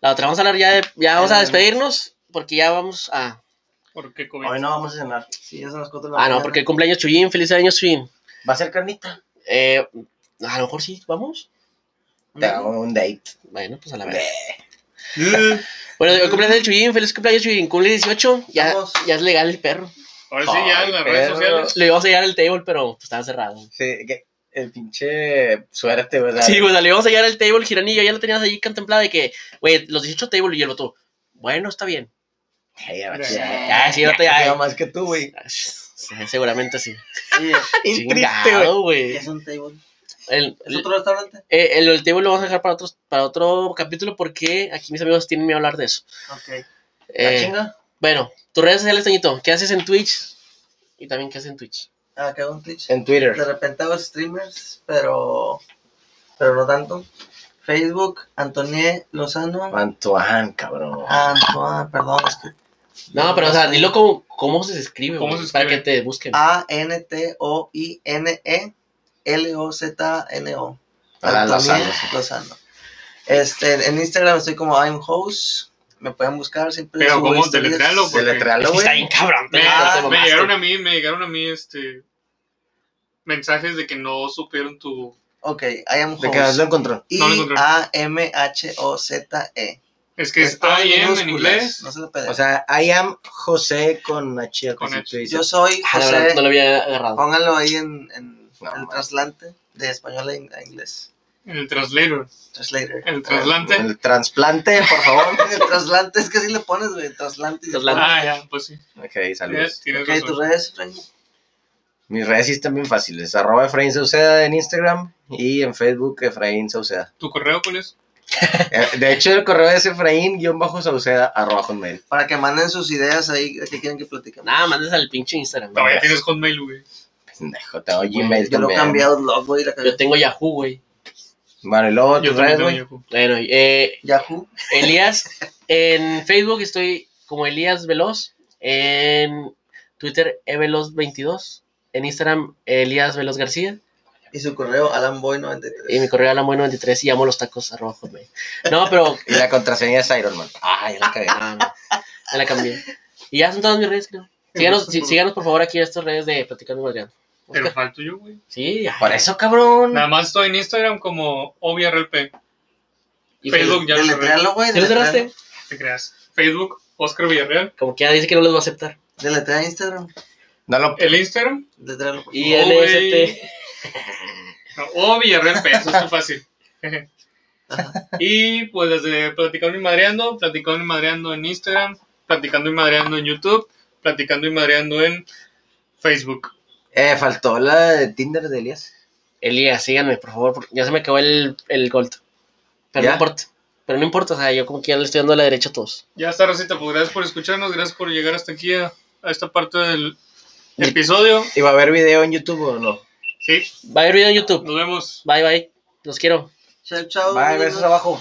S1: la otra, vamos a hablar ya de, ya vamos a despedirnos, porque ya vamos a...
S2: ¿Por qué COVID?
S3: Hoy no vamos a cenar.
S4: Sí, ya son las cuatro de
S1: Ah,
S4: la
S1: no,
S4: mañana.
S1: porque el cumpleaños Chuyín, feliz año Chuyín.
S3: Va a ser carnita.
S1: Eh, a lo mejor sí, vamos.
S3: Te hago un date.
S1: Bueno, pues a la vez.
S3: Ve.
S1: Bueno, el cumpleaños del Chuyín, feliz cumpleaños Chuyín, cumple 18, ya,
S4: Vamos.
S1: ya es legal el perro.
S2: Ahora sí, ya
S3: Ay,
S2: en las redes
S3: perro.
S2: sociales.
S1: Le íbamos a llegar al table, pero pues, estaba cerrado.
S3: Sí, que el pinche suerte, ¿verdad?
S1: Sí, güey, o sea, le íbamos a llegar al table, Giranillo, ya lo tenías ahí contemplada de que, güey, los 18 table y el voto. Bueno, está bien.
S3: Ay, ya,
S2: Ya,
S3: ya,
S1: ya, sí, ya te-
S3: ya,
S1: ya.
S3: ya, más que tú, güey.
S1: Sí, seguramente sí.
S4: Oye,
S3: Bien triste, güey.
S1: Chingado,
S4: ¿qué
S1: güey.
S4: es un table?
S1: El,
S4: ¿Es otro restaurante?
S1: eh, el, el table lo vamos a dejar para, otros, para otro capítulo porque aquí mis amigos tienen miedo a hablar de eso.
S4: Ok.
S3: La
S1: Eh,
S3: chinga.
S1: Bueno, tus redes sociales, Toñito. ¿Qué haces en Twitch? Y también, ¿qué haces en Twitch?
S4: Ah, que hago un Twitch.
S3: En Twitter.
S4: De repente hago streamers, pero. Pero no tanto. Facebook, Antonie Lozano.
S3: Antoine, cabrón.
S4: Ah, Antoine, perdón, es que.
S1: No, pero, o sea, dilo cómo, cómo se escribe,
S2: ¿Cómo
S1: güey,
S2: se
S1: para que
S2: escribe?
S1: te busquen.
S4: Ah, A-N-T-O-I-N-E. L-O-Z-N-O.
S3: Ah,
S4: Antonie
S3: Lozano,
S4: Lozano. Este, en Instagram estoy como I'm Host. Me pueden buscar siempre.
S2: Pero
S4: subo
S2: ¿cómo?
S4: historias.
S2: Deletréalo, güey.
S3: Deletrealo,
S1: Sí,
S3: güey.
S1: Está bien cabrón.
S2: Me,
S1: te-
S4: Ah,
S1: te
S2: me
S1: mamaste.
S2: llegaron a mí, me llegaron a mí, este... Mensajes de que no supieron tu...
S4: Ok, I am
S3: De que no
S4: Host.
S3: lo encontró.
S2: No lo encontré.
S4: I-A-M-H-O-Z-E.
S2: Es que
S4: Es
S2: está
S4: A
S2: ahí en
S4: minúsculas,
S2: inglés.
S4: E. No se lo pedí.
S3: O sea, I am José con H. al
S2: Con
S3: principio, dice.
S4: yo soy
S1: Ah, la verdad,
S4: José.
S1: no lo había agarrado.
S4: Pónganlo ahí en, en,
S3: No,
S4: el
S3: man.
S4: traslante de español a in- a inglés.
S2: El translator.
S4: Translator.
S2: El traslante.
S3: El trasplante, por favor.
S4: El traslante es que así le pones, güey. Traslante. y-
S1: Traslante.
S2: Ah, ya, pues sí.
S3: ok, saludos.
S2: Tienes, tienes
S4: Ok,
S2: razón.
S4: tus redes, Frank.
S3: Mis redes sí están bien fáciles. Arroba Efraín Sauceda en Instagram y en Facebook Efraín Sauceda.
S2: ¿Tu correo cuál es?
S3: Eh, De hecho, el correo es Efraín-Sauceda arroba hotmail.
S4: Para que manden sus ideas ahí que quieren que platiquemos.
S1: Nada, mandes al pinche Instagram.
S2: Todavía
S1: güey.
S2: tienes Hotmail, güey.
S3: Pendejo, tengo Gmail
S4: Yo lo he
S3: también.
S4: cambiado el logo y la
S1: Yo tengo Yahoo, güey.
S3: Bueno, y luego
S2: Yo
S3: tus
S2: también
S3: redes,
S2: tengo
S3: güey.
S2: Yahoo.
S1: Bueno, eh,
S4: Yahoo.
S1: Elías, en Facebook estoy como Elías Veloz, en Twitter eveloz22, en Instagram Elías Veloz García,
S4: Y su correo
S1: y mi
S4: alanboy93.
S1: correo alamueno93 y amo los tacos arroba hotmail. No, pero
S3: Y la contraseña es Iron Man. Ah, ya la cagué.
S1: no, no, ya la cambié. Y ya son todas mis redes, creo. Síganos, sí- síganos por favor aquí a estas redes de Platicando con Adrián.
S2: Pero falto yo, güey.
S1: Sí, ya.
S3: Por eso, cabrón.
S2: Nada más estoy en Instagram como OBRP.
S1: Y
S2: Facebook ya lo cerré.
S4: Deletrealo, güey.
S1: ¿Sí lo cerraste?
S2: Te creas. Facebook, Oscar Villarreal.
S1: Como que ya dice que no los va a aceptar.
S4: Deletrea Instagram.
S3: No lo.
S2: El Instagram,
S4: Deletrealo. por
S1: Y
S2: No, güey.
S1: NST.
S2: no, O Villarreal P, eso es muy fácil. y pues desde Platicando y Madreando, Platicando y Madreando en Instagram, Platicando y Madreando en YouTube, Platicando y Madreando en Facebook.
S3: Eh, faltó la de Tinder de Elías.
S1: Elías, síganme, por favor. porque Ya se me acabó el, el gold. Pero
S3: ¿Ya?
S1: no importa. Pero no importa, o sea, yo como que ya le estoy dando la derecha a todos.
S2: Ya está, Rosita, pues gracias por escucharnos, gracias por llegar hasta aquí a, a esta parte del episodio.
S3: ¿Y va a haber video en YouTube o no?
S2: Sí,
S1: Va a haber video en YouTube.
S2: nos vemos.
S1: Bye, bye. Los quiero.
S4: favor. Chao, chao.
S3: Bye,
S4: amigos.
S3: besos abajo.